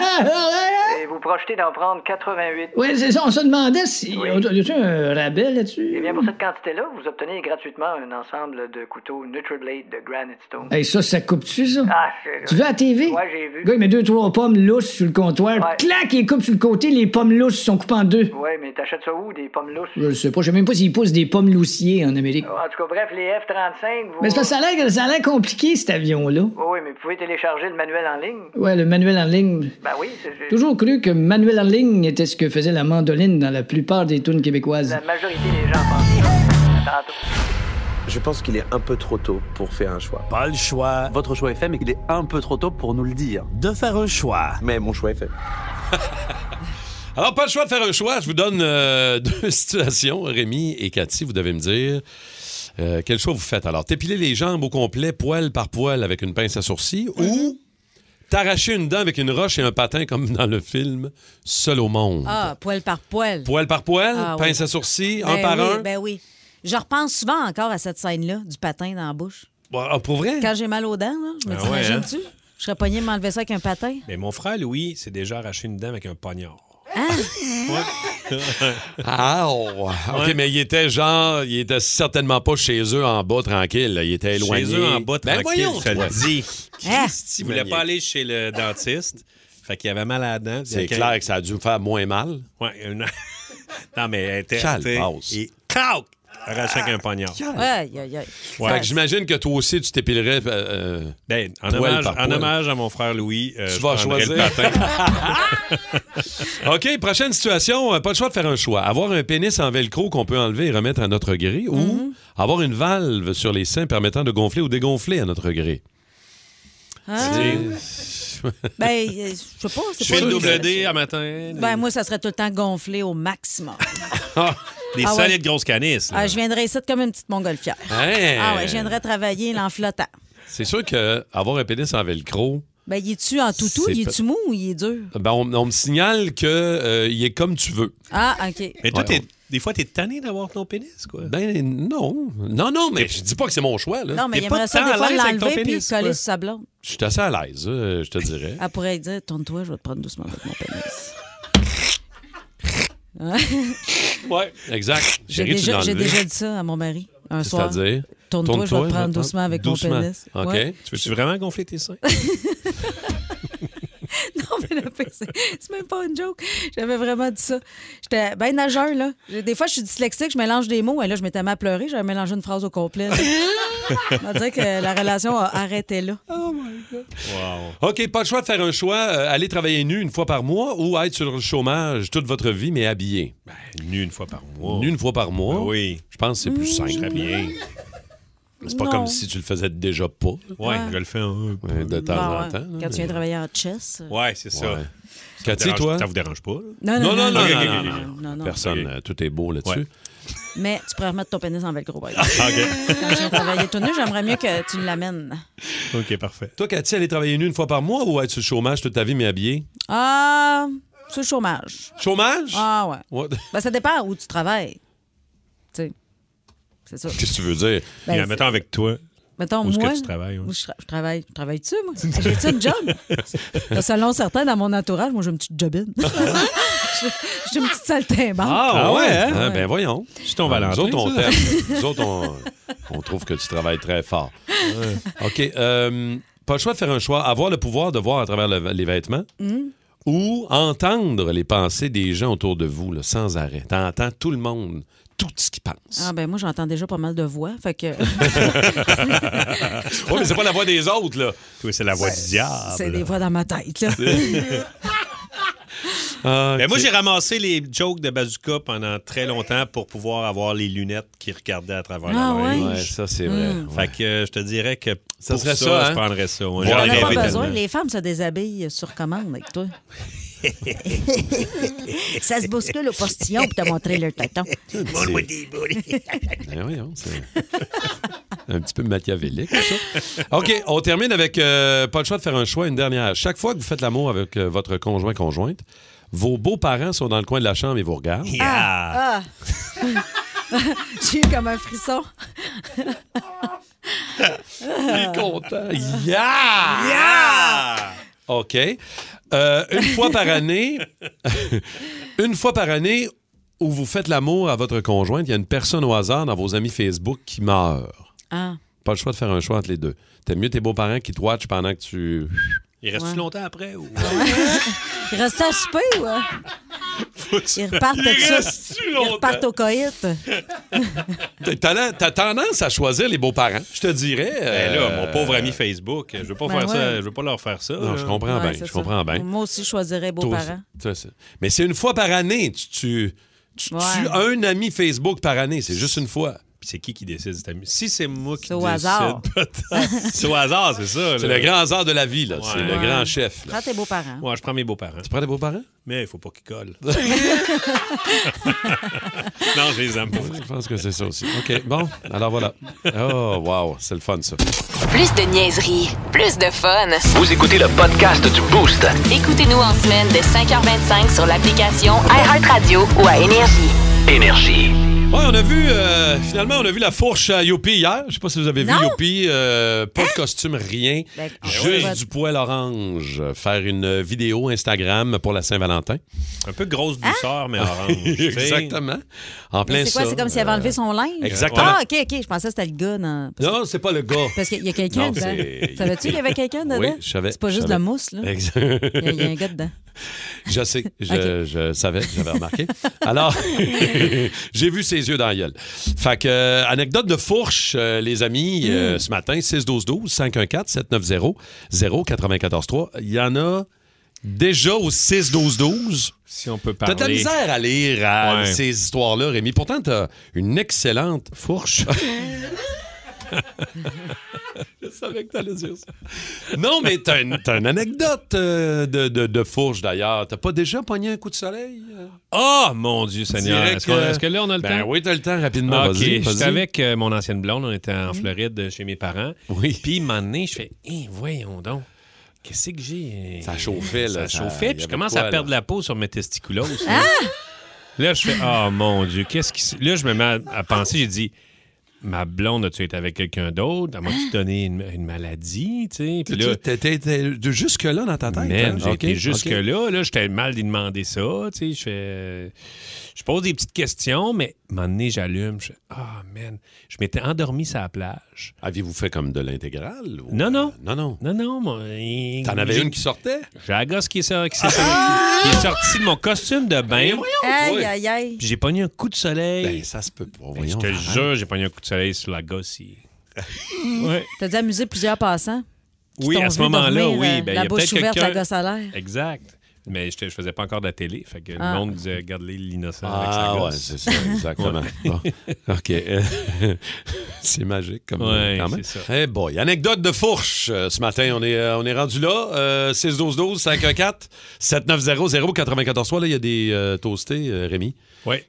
F: Et vous projetez d'en prendre 88.
G: Oui, c'est ça, on se demandait si. Y a-tu un rabais là-dessus?
F: Eh bien, pour cette quantité-là, vous obtenez gratuitement un ensemble de couteaux NutriBlade de Granite Stone.
G: Hey, ça, ça coupe-tu, ça?
F: Ah, c'est-
G: Tu veux à la TV?
F: Ouais, j'ai vu.
G: Le gars, il met deux, trois pommes lousses sur le comptoir. Clac, il coupe sur le côté, les pommes lousses sont coupées en deux.
F: Ouais, mais t'achètes ça où, des pommes lousses?
G: Je le sais pas, je sais même pas s'ils poussent des pommes loussiers en Amérique.
F: En tout cas, bref, les F-35, vous...
G: Mais c'est parce que ça a l'air, ça a l'air compliqué, cet avion-là.
F: Oui, mais vous pouvez télécharger le manuel en ligne.
G: Ouais, le manuel en ligne.
F: Ben oui, c'est... c'est-
G: Toujours cru que manuel en ligne était ce que faisait la mandoline dans la plupart des tunes québécoises.
F: La majorité des gens pensent ça. À tantôt.
O: Je pense qu'il est un peu trop tôt pour faire un choix. Pas le choix. Votre choix est fait, mais il est un peu trop tôt pour nous le dire. De faire un choix. Mais mon choix est fait.
B: Alors, pas le choix de faire un choix. Je vous donne euh, deux situations. Rémi et Cathy, vous devez me dire euh, quel choix vous faites. Alors, t'épiler les jambes au complet, poil par poil, avec une pince à sourcils
C: Mhm.
B: ou t'arracher une dent avec une roche et un patin, comme dans le film Seul au monde.
C: ah, poil par poil.
B: Poil par poil,
C: Ah, oui.
B: pince à sourcils,
C: Ben
B: un par
C: oui,
B: un.
C: Ben oui. Je repense souvent encore à cette scène-là, du patin dans la bouche.
B: Bon, ah, pour vrai?
C: Quand j'ai mal aux dents, là, je me
A: Ah
C: dis,
A: ouais, hein?
C: imagines-tu? Je serais pogné de m'enlever ça avec un patin.
A: Mais mon frère Louis s'est déjà arraché une dent avec un poignard.
C: Hein?
B: Ah, oh. OK,
A: Ouais.
B: mais il était genre, il était certainement pas chez eux en bas tranquille. là. Il était
A: Chez
B: éloigné.
A: eux, en bas,
B: Ben
A: tranquille,
B: voyons,
A: je te
B: toi.
A: le dis.
C: Hein?
A: Il voulait pas aller chez le dentiste. Fait qu'il avait mal à la dent.
B: C'est
A: Puis
B: clair que ça a dû me faire moins mal.
A: Ouais, une- non, mais elle était.
B: Calme,
A: t'sais,
B: passe.
A: Et clac! Arraché avec un poignard.
C: Aïe, aïe, aïe.
A: Ouais.
B: Fait que j'imagine que toi aussi, tu t'épilerais. euh, euh,
A: Ben, en,
B: poil
A: hommage,
B: par
A: en
B: poil.
A: hommage à mon frère Louis, euh,
B: Tu
A: je
B: vas
A: prendrais
B: choisir.
A: le patin.
B: OK, prochaine situation. euh, Pas le choix de faire un choix. Avoir un pénis en velcro qu'on peut enlever et remettre à notre gré
A: Mm-hmm.
B: ou avoir une valve sur les seins permettant de gonfler ou dégonfler à notre gré.
C: Hein? Ben, euh, je sais pas. c'est
A: Je fais
C: pas
A: le double
C: ça.
A: D à matin.
C: Ben, moi, ça serait tout le temps gonflé au maximum.
A: Ah, des
C: Ah ouais.
A: solides grosses canisses. là.
C: Ah, je viendrais ici comme une petite montgolfière.
B: Hein?
C: Ah ouais, je viendrais travailler là, en flottant.
B: C'est sûr que avoir un pénis en velcro,
C: Ben, il est-tu en toutou,
B: C'est
C: il
B: pas-
C: est-tu mou ou il est dur?
B: ben, on, on me signale que euh, il est comme tu veux.
C: Ah, OK.
A: Mais toi,
B: Ouais,
A: t'es- des fois, t'es tanné d'avoir ton pénis, quoi.
B: Ben non. Non, non, mais je dis pas que c'est mon choix. Là.
C: Non, mais
A: T'es
C: il
A: pas
C: aimerait ça
A: tant
C: des
A: à
C: fois
A: l'aise avec ton
C: l'enlever puis le
A: pénis,
C: coller
A: quoi.
C: sur sa blonde.
B: Je suis assez à l'aise, euh, je te dirais.
C: Elle pourrait dire Tourne-toi, je vais te prendre doucement avec mon pénis. Hein?
B: Ouais, exact.
C: J'ai
B: Chérie, tu
C: déjà,
B: l'as
C: j'ai
B: enlevé.
C: déjà dit ça à mon mari un soir.
B: C'est-à-dire?
C: Tourne-toi, je vais te prendre
B: maintenant.
C: doucement avec mon
B: Doucement.
C: pénis.
B: OK.
C: Ouais.
B: Tu veux-tu vraiment
A: gonfler tes seins?
C: Non, mais le pire, c'est c'est même pas une joke. J'avais vraiment dit ça. J'étais bien nageur, là. J'ai- Des fois, je suis dyslexique, je mélange des mots. Et là, je m'étais mal pleuré. J'avais mélangé une phrase au complet. là. On va dire que la relation a arrêté là. Oh my God.
B: OK, pas le choix de faire un choix, euh, aller travailler nu une fois par mois ou être sur le chômage toute votre vie, mais habillé.
A: Ben, nu une fois par mois. Ben
B: Nu une fois par mois. oui. Je pense que c'est plus simple.
A: serais bien.
B: C'est pas
C: Non.
B: comme si tu le faisais déjà pas.
C: Ouais, Ouais. je
A: le fais
B: de temps
C: Bon,
B: en
C: ouais.
B: temps.
C: Quand tu viens travailler en chess. euh,
A: Ouais, c'est ça.
B: Ouais.
A: Ça
B: Cathy,
A: vous dérange-
B: toi?
A: Ça vous dérange pas? là?
C: Non, non, non, non,
B: ok,
C: non,
B: ok,
C: non,
B: ok,
C: non,
B: ok.
C: non, non.
B: Personne, euh, tout est beau là-dessus.
C: Mais tu pourrais remettre ton pénis en velcro, par exemple.
B: Ah, OK.
C: Quand tu viens travailler tout nu, j'aimerais mieux que tu l'amènes.
A: OK, parfait.
B: Toi, Cathy, aller travailler une, une fois par mois ou être sur le chômage toute ta vie, mais habillée?
C: Ah, c'est le chômage.
B: Chômage?
C: Ah, ouais.
B: What?
C: Ben, ça dépend où tu travailles. Tu sais, c'est ça.
B: Qu'est-ce que tu veux dire?
C: Ben,
A: Puis,
C: c'est-
A: mettons avec toi.
C: Mettons,
A: Où est-ce que
C: moi,
A: tu travailles, ouais.
C: où je, tra- je travaille. Je travaille-tu, moi? J'ai-tu une job? Parce que Selon certains, dans mon entourage, moi, j'ai une petite jobine. J'ai- j'ai une petite saltimbanque.
B: Ah ouais, hein? Ah, ben voyons.
A: C'est ton
B: Ah,
A: Valentin,
B: Nous autres, on
A: ça.
B: t'aime. Nous autres, on, on trouve que tu travailles très fort. OK. euh, pas le choix de faire un choix. Avoir le pouvoir de voir à travers le- les vêtements
D: Hmm.
B: ou entendre les pensées des gens autour de vous là, sans arrêt. T'entends tout le monde, tout ce qu'ils pensent.
C: Ah, ben moi, j'entends déjà pas mal de voix. Fait que.
A: Ah.
B: oui, mais c'est pas la voix des autres, là.
A: Oui, c'est la voix du diable.
C: C'est des voix dans ma tête, là.
B: Ah,
A: Ben, moi, j'ai ramassé les jokes de Bazooka pendant très longtemps pour pouvoir avoir les lunettes qu'il regardait à travers
C: Ah,
A: la
C: ouais. Hmm.
A: neige.
C: Ouais,
B: ça, c'est
C: vrai.
A: Fait que euh, je te dirais que
B: Ça
A: pour
B: serait
A: ça,
B: ça, hein?
A: je prendrais ça. J'en
B: Voilà.
C: On n'a
A: rêvais
C: pas
A: tellement.
C: besoin. Les femmes se déshabillent sur commande avec toi. ça se bouscule au postillon pour te montrer leur téton.
B: Bonne Ben voyons, c'est un petit peu machiavélique, ça. OK, on termine avec euh, pas le choix de faire un choix, une dernière. Chaque fois que vous faites l'amour avec euh, votre conjoint-conjointe, vos beaux-parents sont dans le coin de la chambre et vous regardent.
C: Ah! J'ai eu comme un frisson.
B: Il est content. Yeah!
D: Yeah!
B: OK. Euh, une fois par année, une fois par année où vous faites l'amour à votre conjointe, il y a une personne au hasard dans vos amis Facebook qui meurt.
C: Ah.
B: Pas le choix de faire un choix entre les deux. T'aimes mieux tes beaux-parents qui te watchent pendant que tu.
A: Il reste
C: Ouais.
A: longtemps après? Ou...
C: Ils restent à souper, ouais. Ils repartent
D: Il
C: de ça.
D: reste-tu
C: Ils
D: longtemps?
C: repartent au coït.
B: T'as- T'as t'as tendance à choisir les beaux-parents, Euh, je te dirais.
A: Ben là, mon pauvre ami
B: Facebook.
A: Facebook, je veux pas
C: Ben
A: faire ça,
C: ouais.
A: je veux pas leur faire ça.
B: Non, je comprends
C: Ouais,
B: bien,
C: c'est
B: Ah ben,
C: ça.
B: je comprends bien.
C: Moi aussi, je choisirais
B: Toi aussi.
C: beaux-parents.
B: Toi aussi. Mais c'est une fois par année. Tu, tu, tu
C: Ouais.
B: tues un ami Facebook par année. C'est juste une fois.
A: Puis c'est qui qui décide cet ami? Si c'est moi qui
C: C'est au
A: décide,
C: hasard.
A: peut-être. c'est au hasard, c'est ça.
B: C'est
A: là.
B: le grand hasard de la vie, là. C'est
A: Ouais.
B: le
A: Ouais.
B: grand chef. là.
C: Prends tes beaux-parents.
A: Moi, je prends mes beaux-parents. Tu
B: prends tes beaux-parents?
A: Mais il faut pas qu'ils collent. non, je les aime pas.
B: Je pense que c'est ça aussi. OK, bon, alors voilà. Oh, wow, c'est le fun, ça.
I: Plus de niaiserie, plus de fun.
O: Vous écoutez le podcast du Boost.
I: Écoutez-nous en semaine de 5h25 sur l'application iHeartRadio ou à Énergie.
O: Énergie.
B: Ouais, on a vu, euh, finalement, on a vu la fourche à Youpi hier. Je sais pas si vous avez vu
O: Non.
B: Youpi. euh, pas
C: Hein?
B: de costume, rien.
O: Ben,
B: Juste
O: ouais.
B: du poil orange. Faire une vidéo Instagram pour la Saint-Valentin.
A: Un peu grosse
C: Hein?
A: douceur, Ah, mais orange. tu sais.
B: Ah, Exactement. En plein
C: Mais C'est quoi?
B: ça,
C: C'est comme s'il avait
B: euh,
C: enlevé son linge?
B: Exactement.
C: Ah, OK, OK. Je pensais que c'était le gars. dans-
B: Non, c'est pas le gars.
C: Parce qu'il y a quelqu'un
B: Non,
C: dedans.
B: c'est-
C: Savais-tu qu'il y avait quelqu'un dedans?
B: Oui, je savais.
C: C'est pas
B: je
C: juste de
B: savais.
C: la mousse, là.
B: Exact.
C: Il y a- il y a un gars dedans.
B: Je sais, je,
C: Ok.
B: je savais, j'avais remarqué. Alors, j'ai vu ses yeux dans la gueule. Fait que, euh, anecdote de fourche, euh, les amis, euh, ce matin, 612-12-514-790-0943. Il y en a déjà au 6-12-12.
A: Si on peut
B: T'as de la
A: parler.
B: misère à lire à
A: Ouais.
B: ces histoires-là, Rémi. Pourtant, t'as une excellente fourche. Je savais que t'allais dire ça. Non, mais t'as une, t'as une anecdote euh, de, de- de fourche, d'ailleurs. T'as pas déjà pogné un coup de soleil? euh?
A: Ah, mon Dieu Seigneur.
B: Direct,
A: Est-ce qu'on-
B: euh,
A: est-ce que là, on a le
B: ben
A: temps?
B: oui, t'as le temps rapidement.
A: Ah, OK,
B: Vas-y, vas-y.
A: j'étais avec euh, mon ancienne blonde. On était
C: Hein?
A: en
B: Mhm.
A: Floride euh, chez mes parents.
B: Oui.
A: Puis, un moment donné, je fais Hé,
B: Eh,
A: voyons donc. Qu'est-ce que j'ai?
B: Ça chauffait, là,
A: Ça
B: ça- il y
A: chauffait, puis
B: avait
A: je commence
B: quoi,
A: à perdre la peau sur mes testiculos. là. Là, je fais Oh mon Dieu, qu'est-ce qui. s- Là, je me mets à, à penser, j'ai dit Ma blonde, as-tu été avec quelqu'un d'autre? Elle m'a-tu donné une, une maladie? Tu sais? Puis là,
B: T'étais t'étais- de jusque-là dans ta tête? hein?
A: Man, j'ai
B: OK,
A: été
B: OK.
A: jusque-là. Là, j'étais mal d'y demander ça. Tu sais, je fais. euh, Je pose des petites questions, mais à un moment donné, j'allume. Je fais Ah, man. Je m'étais endormi sur la plage.
B: Aviez-vous fait comme de l'intégrale? ou- euh,
A: Non, non.
B: Non, non.
A: Non, non. moi,
B: T'en avais une qui sortait?
A: J'ai la gosse qui est, sorti- qui s'est sorti- qui est sortie de mon costume de bain.
C: Aïe, aïe, aïe.
A: Puis j'ai pogné un coup de soleil.
B: Ben,
A: Ben,
B: ça se peut pas.
A: je te
B: arrête.
A: jure, j'ai pogné un coup de soleil sur la gosse. il- Ouais.
C: T'as dû amuser plusieurs passants. qui
A: Oui,
C: t'ont
A: à ce
C: vu
A: moment-là,
C: dormir,
A: oui.
C: euh,
A: Ben, il y
C: la
A: a
C: bouche
A: peut-être
C: ouverte, la
A: quelqu'un-
C: gosse à l'air.
A: Exact. Mais je ne faisais pas encore de la télé. Fait que
B: Ah.
A: le monde disait, regarde-les, l'innocent avec sa
B: Ah ouais,
A: gosse.
B: c'est ça, exactement. Bon. OK. Euh, c'est magique comme
A: Ouais,
B: quand même.
A: c'est
B: Eh boy, anecdote de fourche. euh, ce matin, on est, euh, on est rendu là. Euh, 612-12-514-7900-94. Là, il y a des euh, toastés, euh, Rémi,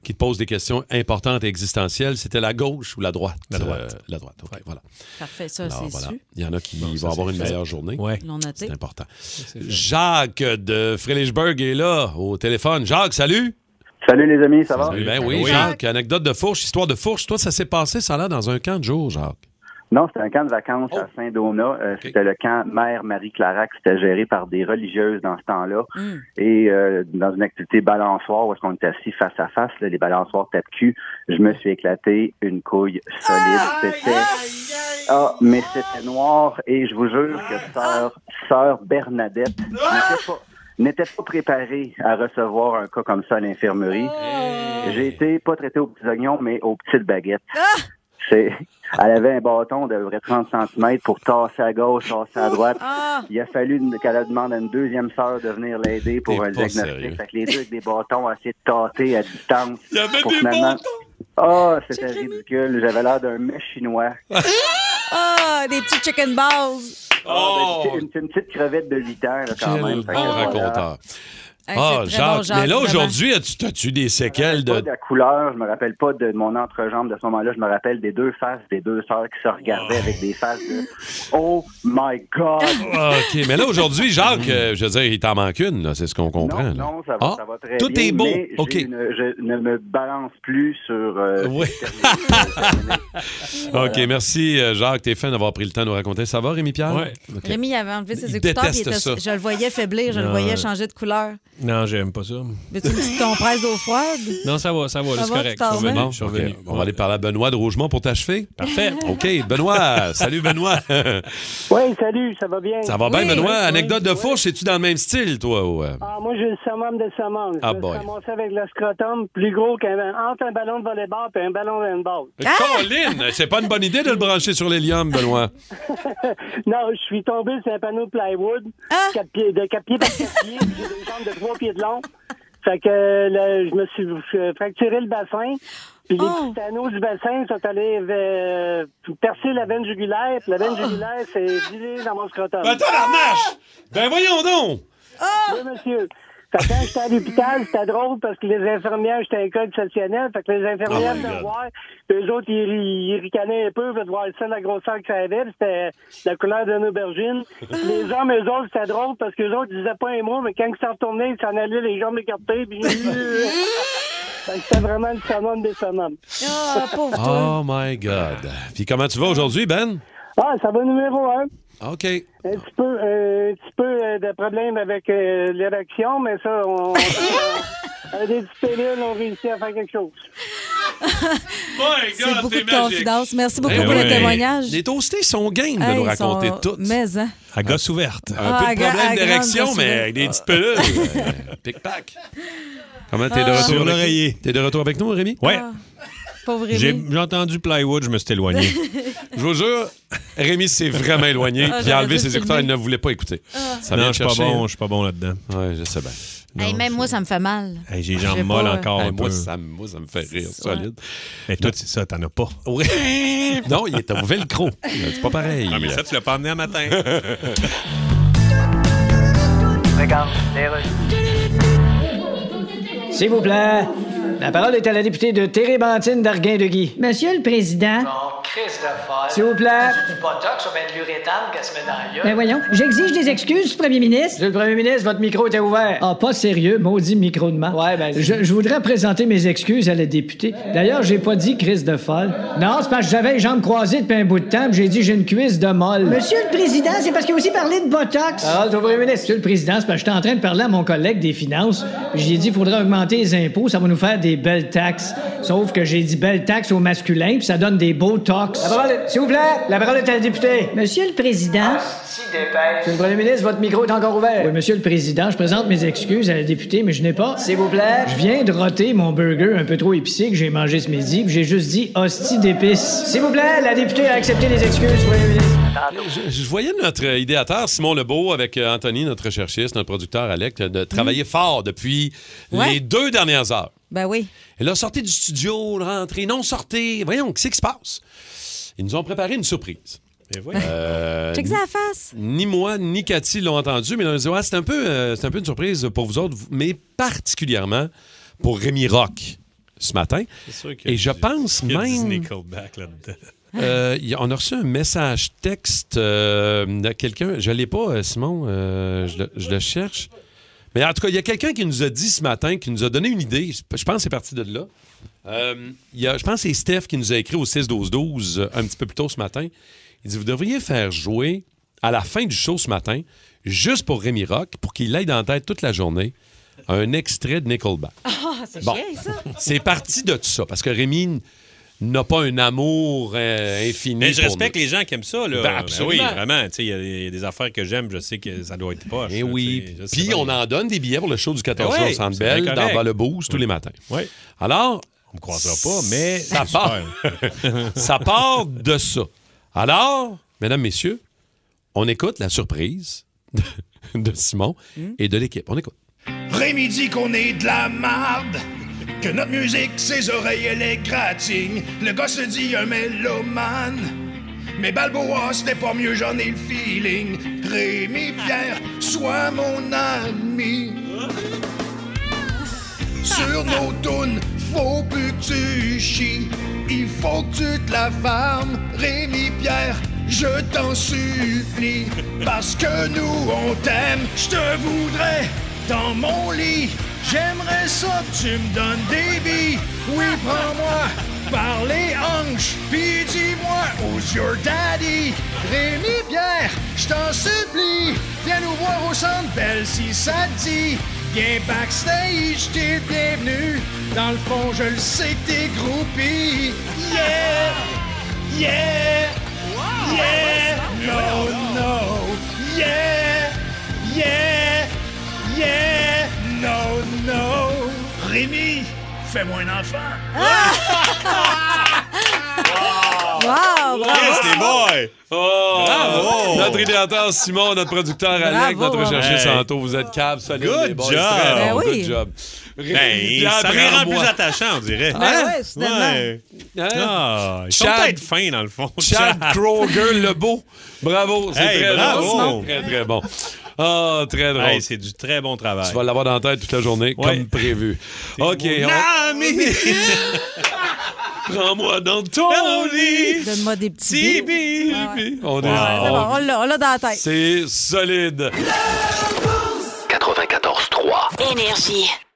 B: qui te posent des questions importantes et existentielles. C'était la gauche ou la droite?
A: La droite.
B: Euh, la droite, OK, voilà.
C: Parfait, ça,
B: Alors,
C: c'est
B: voilà.
C: su.
B: Il y en a qui
C: Bon, ça,
B: vont avoir
C: c'est
B: une
C: fait.
B: meilleure journée.
C: Ouais. L'ont noté.
B: C'est important. Jacques de Frelichberg est là au téléphone. Jacques, salut.
K: Salut les amis, ça va?
B: Ben oui,
K: Oui.
B: Jacques, anecdote de fourche, histoire de fourche. Toi, ça s'est passé, ça là, dans un camp de jour, Jacques.
K: Non, c'était un camp de vacances à Saint-Dona. Euh, C'était le camp Mère Marie-Clarac. C'était géré par des religieuses dans ce temps-là. Et euh, dans une activité balançoire où est-ce qu'on était assis face à face, là, les balançoires tape-cul, je me suis éclaté une couille solide. C'était... Ah, mais c'était noir. Et je vous jure que sœur, sœur Bernadette n'était pas n'était pas préparée à recevoir un cas comme ça à l'infirmerie. J'ai été pas traité aux petits oignons, mais aux petites baguettes. C'est, elle avait un bâton d'à peu près 30 cm pour tasser à gauche, tasser à droite. Il a fallu une- qu'elle demande à une deuxième sœur de venir l'aider pour
B: T'es
K: un
B: pas
K: diagnostic.
B: sérieux.
K: Fait que les deux avec des bâtons ont essayé de tâter à distance.
B: Il y avait
K: pour
B: des
K: finalement- Ah, c'était ridicule. J'avais l'air d'un mec chinois.
C: Ah, des petits chicken balls.
K: Ah, ben, une, une petite crevette de 8 ans, là, quand
B: Quel
K: même. Fait que,
B: bon
K: voilà.
B: raconteur.
K: Hey,
B: Ah,
K: c'est très
B: Jacques,
K: bon, Jacques,
B: mais là,
K: vraiment.
B: aujourd'hui, as-tu as-tu des séquelles
K: Euh, Pas
B: de...
K: de la couleur, je me rappelle pas de mon entrejambe de ce moment-là. Je me rappelle des deux faces des deux sœurs qui se regardaient avec des faces de Oh my God!
B: Ah, OK, mais là, aujourd'hui, Jacques, euh, je veux dire, il t'en manque une, là, c'est ce qu'on comprend. là.
K: Non, ça va,
B: Ah,
K: ça va très
B: tout
K: bien.
B: est beau.
K: mais j'ai
B: OK.
K: une- je ne me balance plus sur. euh, cette
B: Ah, OK, merci, euh, Jacques. T'es fin d'avoir pris le temps de nous raconter. Ça va, Rémi-Pierre? OK.
C: Rémi avait enlevé ses
B: Il
C: écouteurs. puis il
B: déteste
C: était- Je
B: ça. Ah.
C: le voyais faiblir, je le
A: Non,
C: voyais
A: ouais.
C: changer de couleur.
A: Non, j'aime pas ça.
C: Mais tu une petite compresse d'eau froide?
A: Non, ça va, ça va,
C: Ça
A: là, c'est
C: va,
A: correct.
C: tu t'en
A: Je suis revenu,
B: Bon,
A: je suis
B: OK.
A: revenu.
B: On va aller parler à Benoît de Rougemont pour t'achever.
A: Parfait.
B: OK, Benoît. Salut, Benoît.
P: Oui, salut, ça va bien?
B: Ça va bien,
P: Oui.
B: Benoît?
C: Ah,
B: Anecdote de fourche, es-tu dans le même style, toi? ou, euh?
P: Ah, moi, j'ai le summum de summum.
B: Ah,
P: je
B: boy.
P: vais commencer avec le scrotum plus gros qu'un entre un ballon de volleyball et un ballon de handball.
B: Eh, Euh,
C: Ah!
B: Colin, c'est pas une bonne idée de le brancher sur l'hélium, Benoît.
P: non, je suis tombé sur un panneau de plywood
C: Ah!
P: quatre pieds- de 4 pieds par 4 pieds. puis J'ai des jambes de 3 pieds de long. Fait que euh, le- je me suis euh, fracturé le bassin. Puis les
C: Oh!
P: petits anneaux du bassin sont allés euh, percer la veine jugulaire. Puis la
C: Oh!
P: veine jugulaire s'est vidée dans mon scrotum.
B: Ben, tabarnache! Ben, voyons donc!
P: Ah! Oui, monsieur. Fait que quand j'étais à l'hôpital, c'était drôle parce que les infirmières, j'étais un cas exceptionnel. Fait que les infirmières
Q: Oh my
P: venaient
Q: God.
P: me voir. Eux autres, ils, ri- ils ricanaient un peu, venaient voir ça, la grosseur que ça avait. puis C'était la couleur d'une aubergine. les hommes, eux autres, c'était drôle parce qu'eux autres, ils disaient pas un mot, mais quand ils s'en retournaient, ils s'en allaient les jambes écartées. Puis... fait que c'était vraiment le summum des summums.
C: Ah, pauvre
B: Oh my God. Puis comment tu vas aujourd'hui, Ben?
P: Ah, ça va numéro un.
B: OK.
P: Un petit peu, euh, un petit peu euh, de problème avec euh, l'érection, mais ça, on, on- des petits pilules, on réussit à faire quelque chose.
C: C'est beaucoup de confidence. Merci
B: Ben
C: beaucoup pour le témoignage.
B: Les toastés sont game de
C: Hey,
B: nous
C: ils
B: raconter
C: sont-
B: tout.
C: Mais, hein.
A: À gosse ouverte.
B: Un
C: Ah, à
B: peu de
C: gra- à
B: problème
C: grande Ah.
B: d'érection,
C: gosse
B: mais
C: ouverte.
B: avec des petites pelules. Euh, Pic-pac. Comment t'es de
A: Ah.
B: retour?
A: Sur
B: avec-
A: l'oreiller.
B: T'es de retour avec nous, Rémi?
A: Ouais.
C: Pauvre
A: J'ai
C: Rémi.
A: j'ai entendu plywood, je me suis éloigné.
B: Je vous jure, Rémi s'est vraiment éloigné.
C: Ah,
B: il
C: j'aurais
B: a enlevé
C: dû
B: ses
C: filmer.
B: écouteurs, il ne voulait pas écouter. Ça
A: Non,
B: vient
A: je suis pas
B: chercher.
A: bon, je suis pas bon là-dedans.
B: Ouais, je sais bien.
C: Hey, même moi, ça me fait mal.
A: Hey, j'ai les
C: Je
A: jambes
C: sais
A: molles
C: pas, euh,
A: encore
B: Hey,
A: un
B: moi,
A: peu.
B: ça, moi, ça me fait rire, solide.
A: Mais toi, c'est ça, t'en as pas.
B: Oui. Non, il est au velcro. C'est pas pareil.
A: Ah, mais ça, tu l'as pas amené à matin.
G: S'il vous plaît, la parole est à la députée de Térébentine d'Arguin-de-Guy.
N: Monsieur le Président,
G: Crise d'affaires. Hein? S'il vous plaît.
N: du botox ou bien de l'urétane qu'elle se met dans la gueule?
G: Ben voyons, j'exige des excuses, Premier ministre. Monsieur le Premier ministre, votre micro était ouvert. Ah, pas sérieux, maudit micro de main. Ouais, ben... Je, je voudrais présenter mes excuses à la députée. D'ailleurs, j'ai pas dit crise de folle. Non, c'est parce que j'avais les jambes croisées depuis un bout de temps, puis j'ai dit j'ai une cuisse de molle.
N: Monsieur le Président, c'est parce qu'il a aussi parlé de botox.
G: Parole au premier ministre. Monsieur Ah, le Président, c'est parce que j'étais en train de parler à mon collègue des finances. puis J'ai dit, il faudrait augmenter les impôts, ça va nous faire des belles taxes. Sauf que j'ai dit belles taxes au masculin, puis ça donne des beaux tox. Botox.
N: La parole est-
G: S'il vous plaît, la parole est à la députée.
N: Monsieur le Président,
G: Monsieur le Premier ministre, votre micro est encore ouvert. Oui, Monsieur le Président, je présente mes excuses à la députée, mais je n'ai pas. S'il vous plaît. Je viens de roter mon burger un peu trop épicé que j'ai mangé ce midi, puis j'ai juste dit hostie d'épices. S'il vous plaît, la députée a accepté les excuses, Premier ministre.
B: Je, je voyais notre euh, idéateur, Simon Lebeau, avec euh, Anthony, notre recherchiste, notre producteur, Alec, euh, de travailler fort depuis
C: Mm. Ouais.
B: les deux dernières heures.
C: Ben oui.
B: Elle a sorti du studio, rentrée, non sortée. Voyons, qu'est-ce qui se passe? Ils nous ont préparé une surprise.
A: Ben
B: Euh,
C: Check ça à la face.
B: Ni moi, ni Cathy l'ont entendu, mais on a dit Ouais, c'est un, peu, euh, c'est un peu une surprise pour vous autres, mais particulièrement pour Rémi Rock ce matin.
A: sûr qu'il y a
B: Et je
A: du-
B: pense
A: Il y a du
B: même.
A: Nickelback là-dedans.
B: Euh, y a- on a reçu un message texte euh, de quelqu'un. Je l'ai pas, euh, Simon. euh, je, le, je le cherche. Mais en tout cas, il y a quelqu'un qui nous a dit ce matin, qui nous a donné une idée. Je pense que c'est parti de là. Euh, il y a- je pense que c'est Steph qui nous a écrit au 6-12-12 euh, un petit peu plus tôt ce matin. Il dit Vous devriez faire jouer à la fin du show ce matin, juste pour Rémi Rock, pour qu'il aille dans la tête toute la journée, un extrait de Nickelback.
C: Ah, c'est
B: Bon.
C: chiant, ça.
B: C'est parti de tout ça, parce que Rémi n'a pas un amour euh, infini.
A: Mais je
B: pour
A: respecte
B: nous.
A: les gens qui aiment ça. Là.
B: Ben, absolument.
A: oui, vraiment. tu sais, Il y, a- il y a des affaires que j'aime, je sais que ça doit être poche.
B: Eh
A: là,
B: oui.
A: tu sais, je sais
B: Puis
A: bien.
B: on en donne des billets pour le show du 14
A: Ben
B: juin
A: ouais,
B: au Centre
A: c'est bien
B: Bell, dans
A: correct.
B: Bas le Boost tous les matins.
A: Oui.
B: Alors.
A: On me croisera pas, mais.
B: Ça part. ça part de ça. Alors, mesdames, messieurs, on écoute la surprise de- de Simon et de l'équipe. On écoute.
Q: Rémi dit qu'on est de la marde, que notre musique, ses oreilles, elle est gratigne. Le gars se dit un mélomane, mais Balboa, c'était pas mieux, j'en ai le feeling. Rémi Pierre, sois mon ami. Sur nos tunes, faut plus que tu chies, il faut que tu te la farmes. Rémi Pierre, je t'en supplie, parce que nous on t'aime, je te voudrais dans mon lit. J'aimerais ça que tu me donnes des billes. Oui, prends-moi par les hanches, puis dis-moi who's your daddy. Rémi Pierre, je t'en supplie, viens nous voir au centre belle si ça te dit. Viens backstage, t'es le bienvenu. Dans le fond, je le sais que t'es groupie. Yeah! Yeah! Yeah! No, no! Yeah! Yeah! Yeah! No, no! Rémi, fais-moi un enfant!
C: Wow, bravo.
B: Yes, les boys! Oh!
A: Bravo!
B: Notre idéateur Simon, notre producteur Alec, notre
A: Bravo,
B: rechercheur
A: bravo.
B: Santo, vous êtes câble, salut.
A: Good
B: les boys,
A: job.
B: très
A: Ben
B: bon,
A: oui.
B: Good job.
A: Ben,
B: Pierre,
A: ça les rend
B: prends-moi.
A: plus attachants, on dirait.
B: Ben
A: Hein?
B: ouais, finalement.
A: Ouais.
B: Hein?
A: Ah, ils sont
B: Chad-
A: peut-être fins, dans le fond.
B: Chad Kroger le beau. Bravo, c'est
A: Hey,
B: très
A: bravo.
B: bon. Très, très bon. Ah, très drôle.
A: Hey, c'est du très bon travail.
B: Tu vas l'avoir dans la tête toute la journée, comme prévu. OK. on- Prends-moi dans ton lit.
C: Donne-moi des petits billes. Ah ouais.
B: On est-
C: Ah ouais, c'est
B: on-
C: bon, on
Q: לא,
C: l'a- on l'a dans la tête.
B: C'est solide.
I: 94-3. Énergie.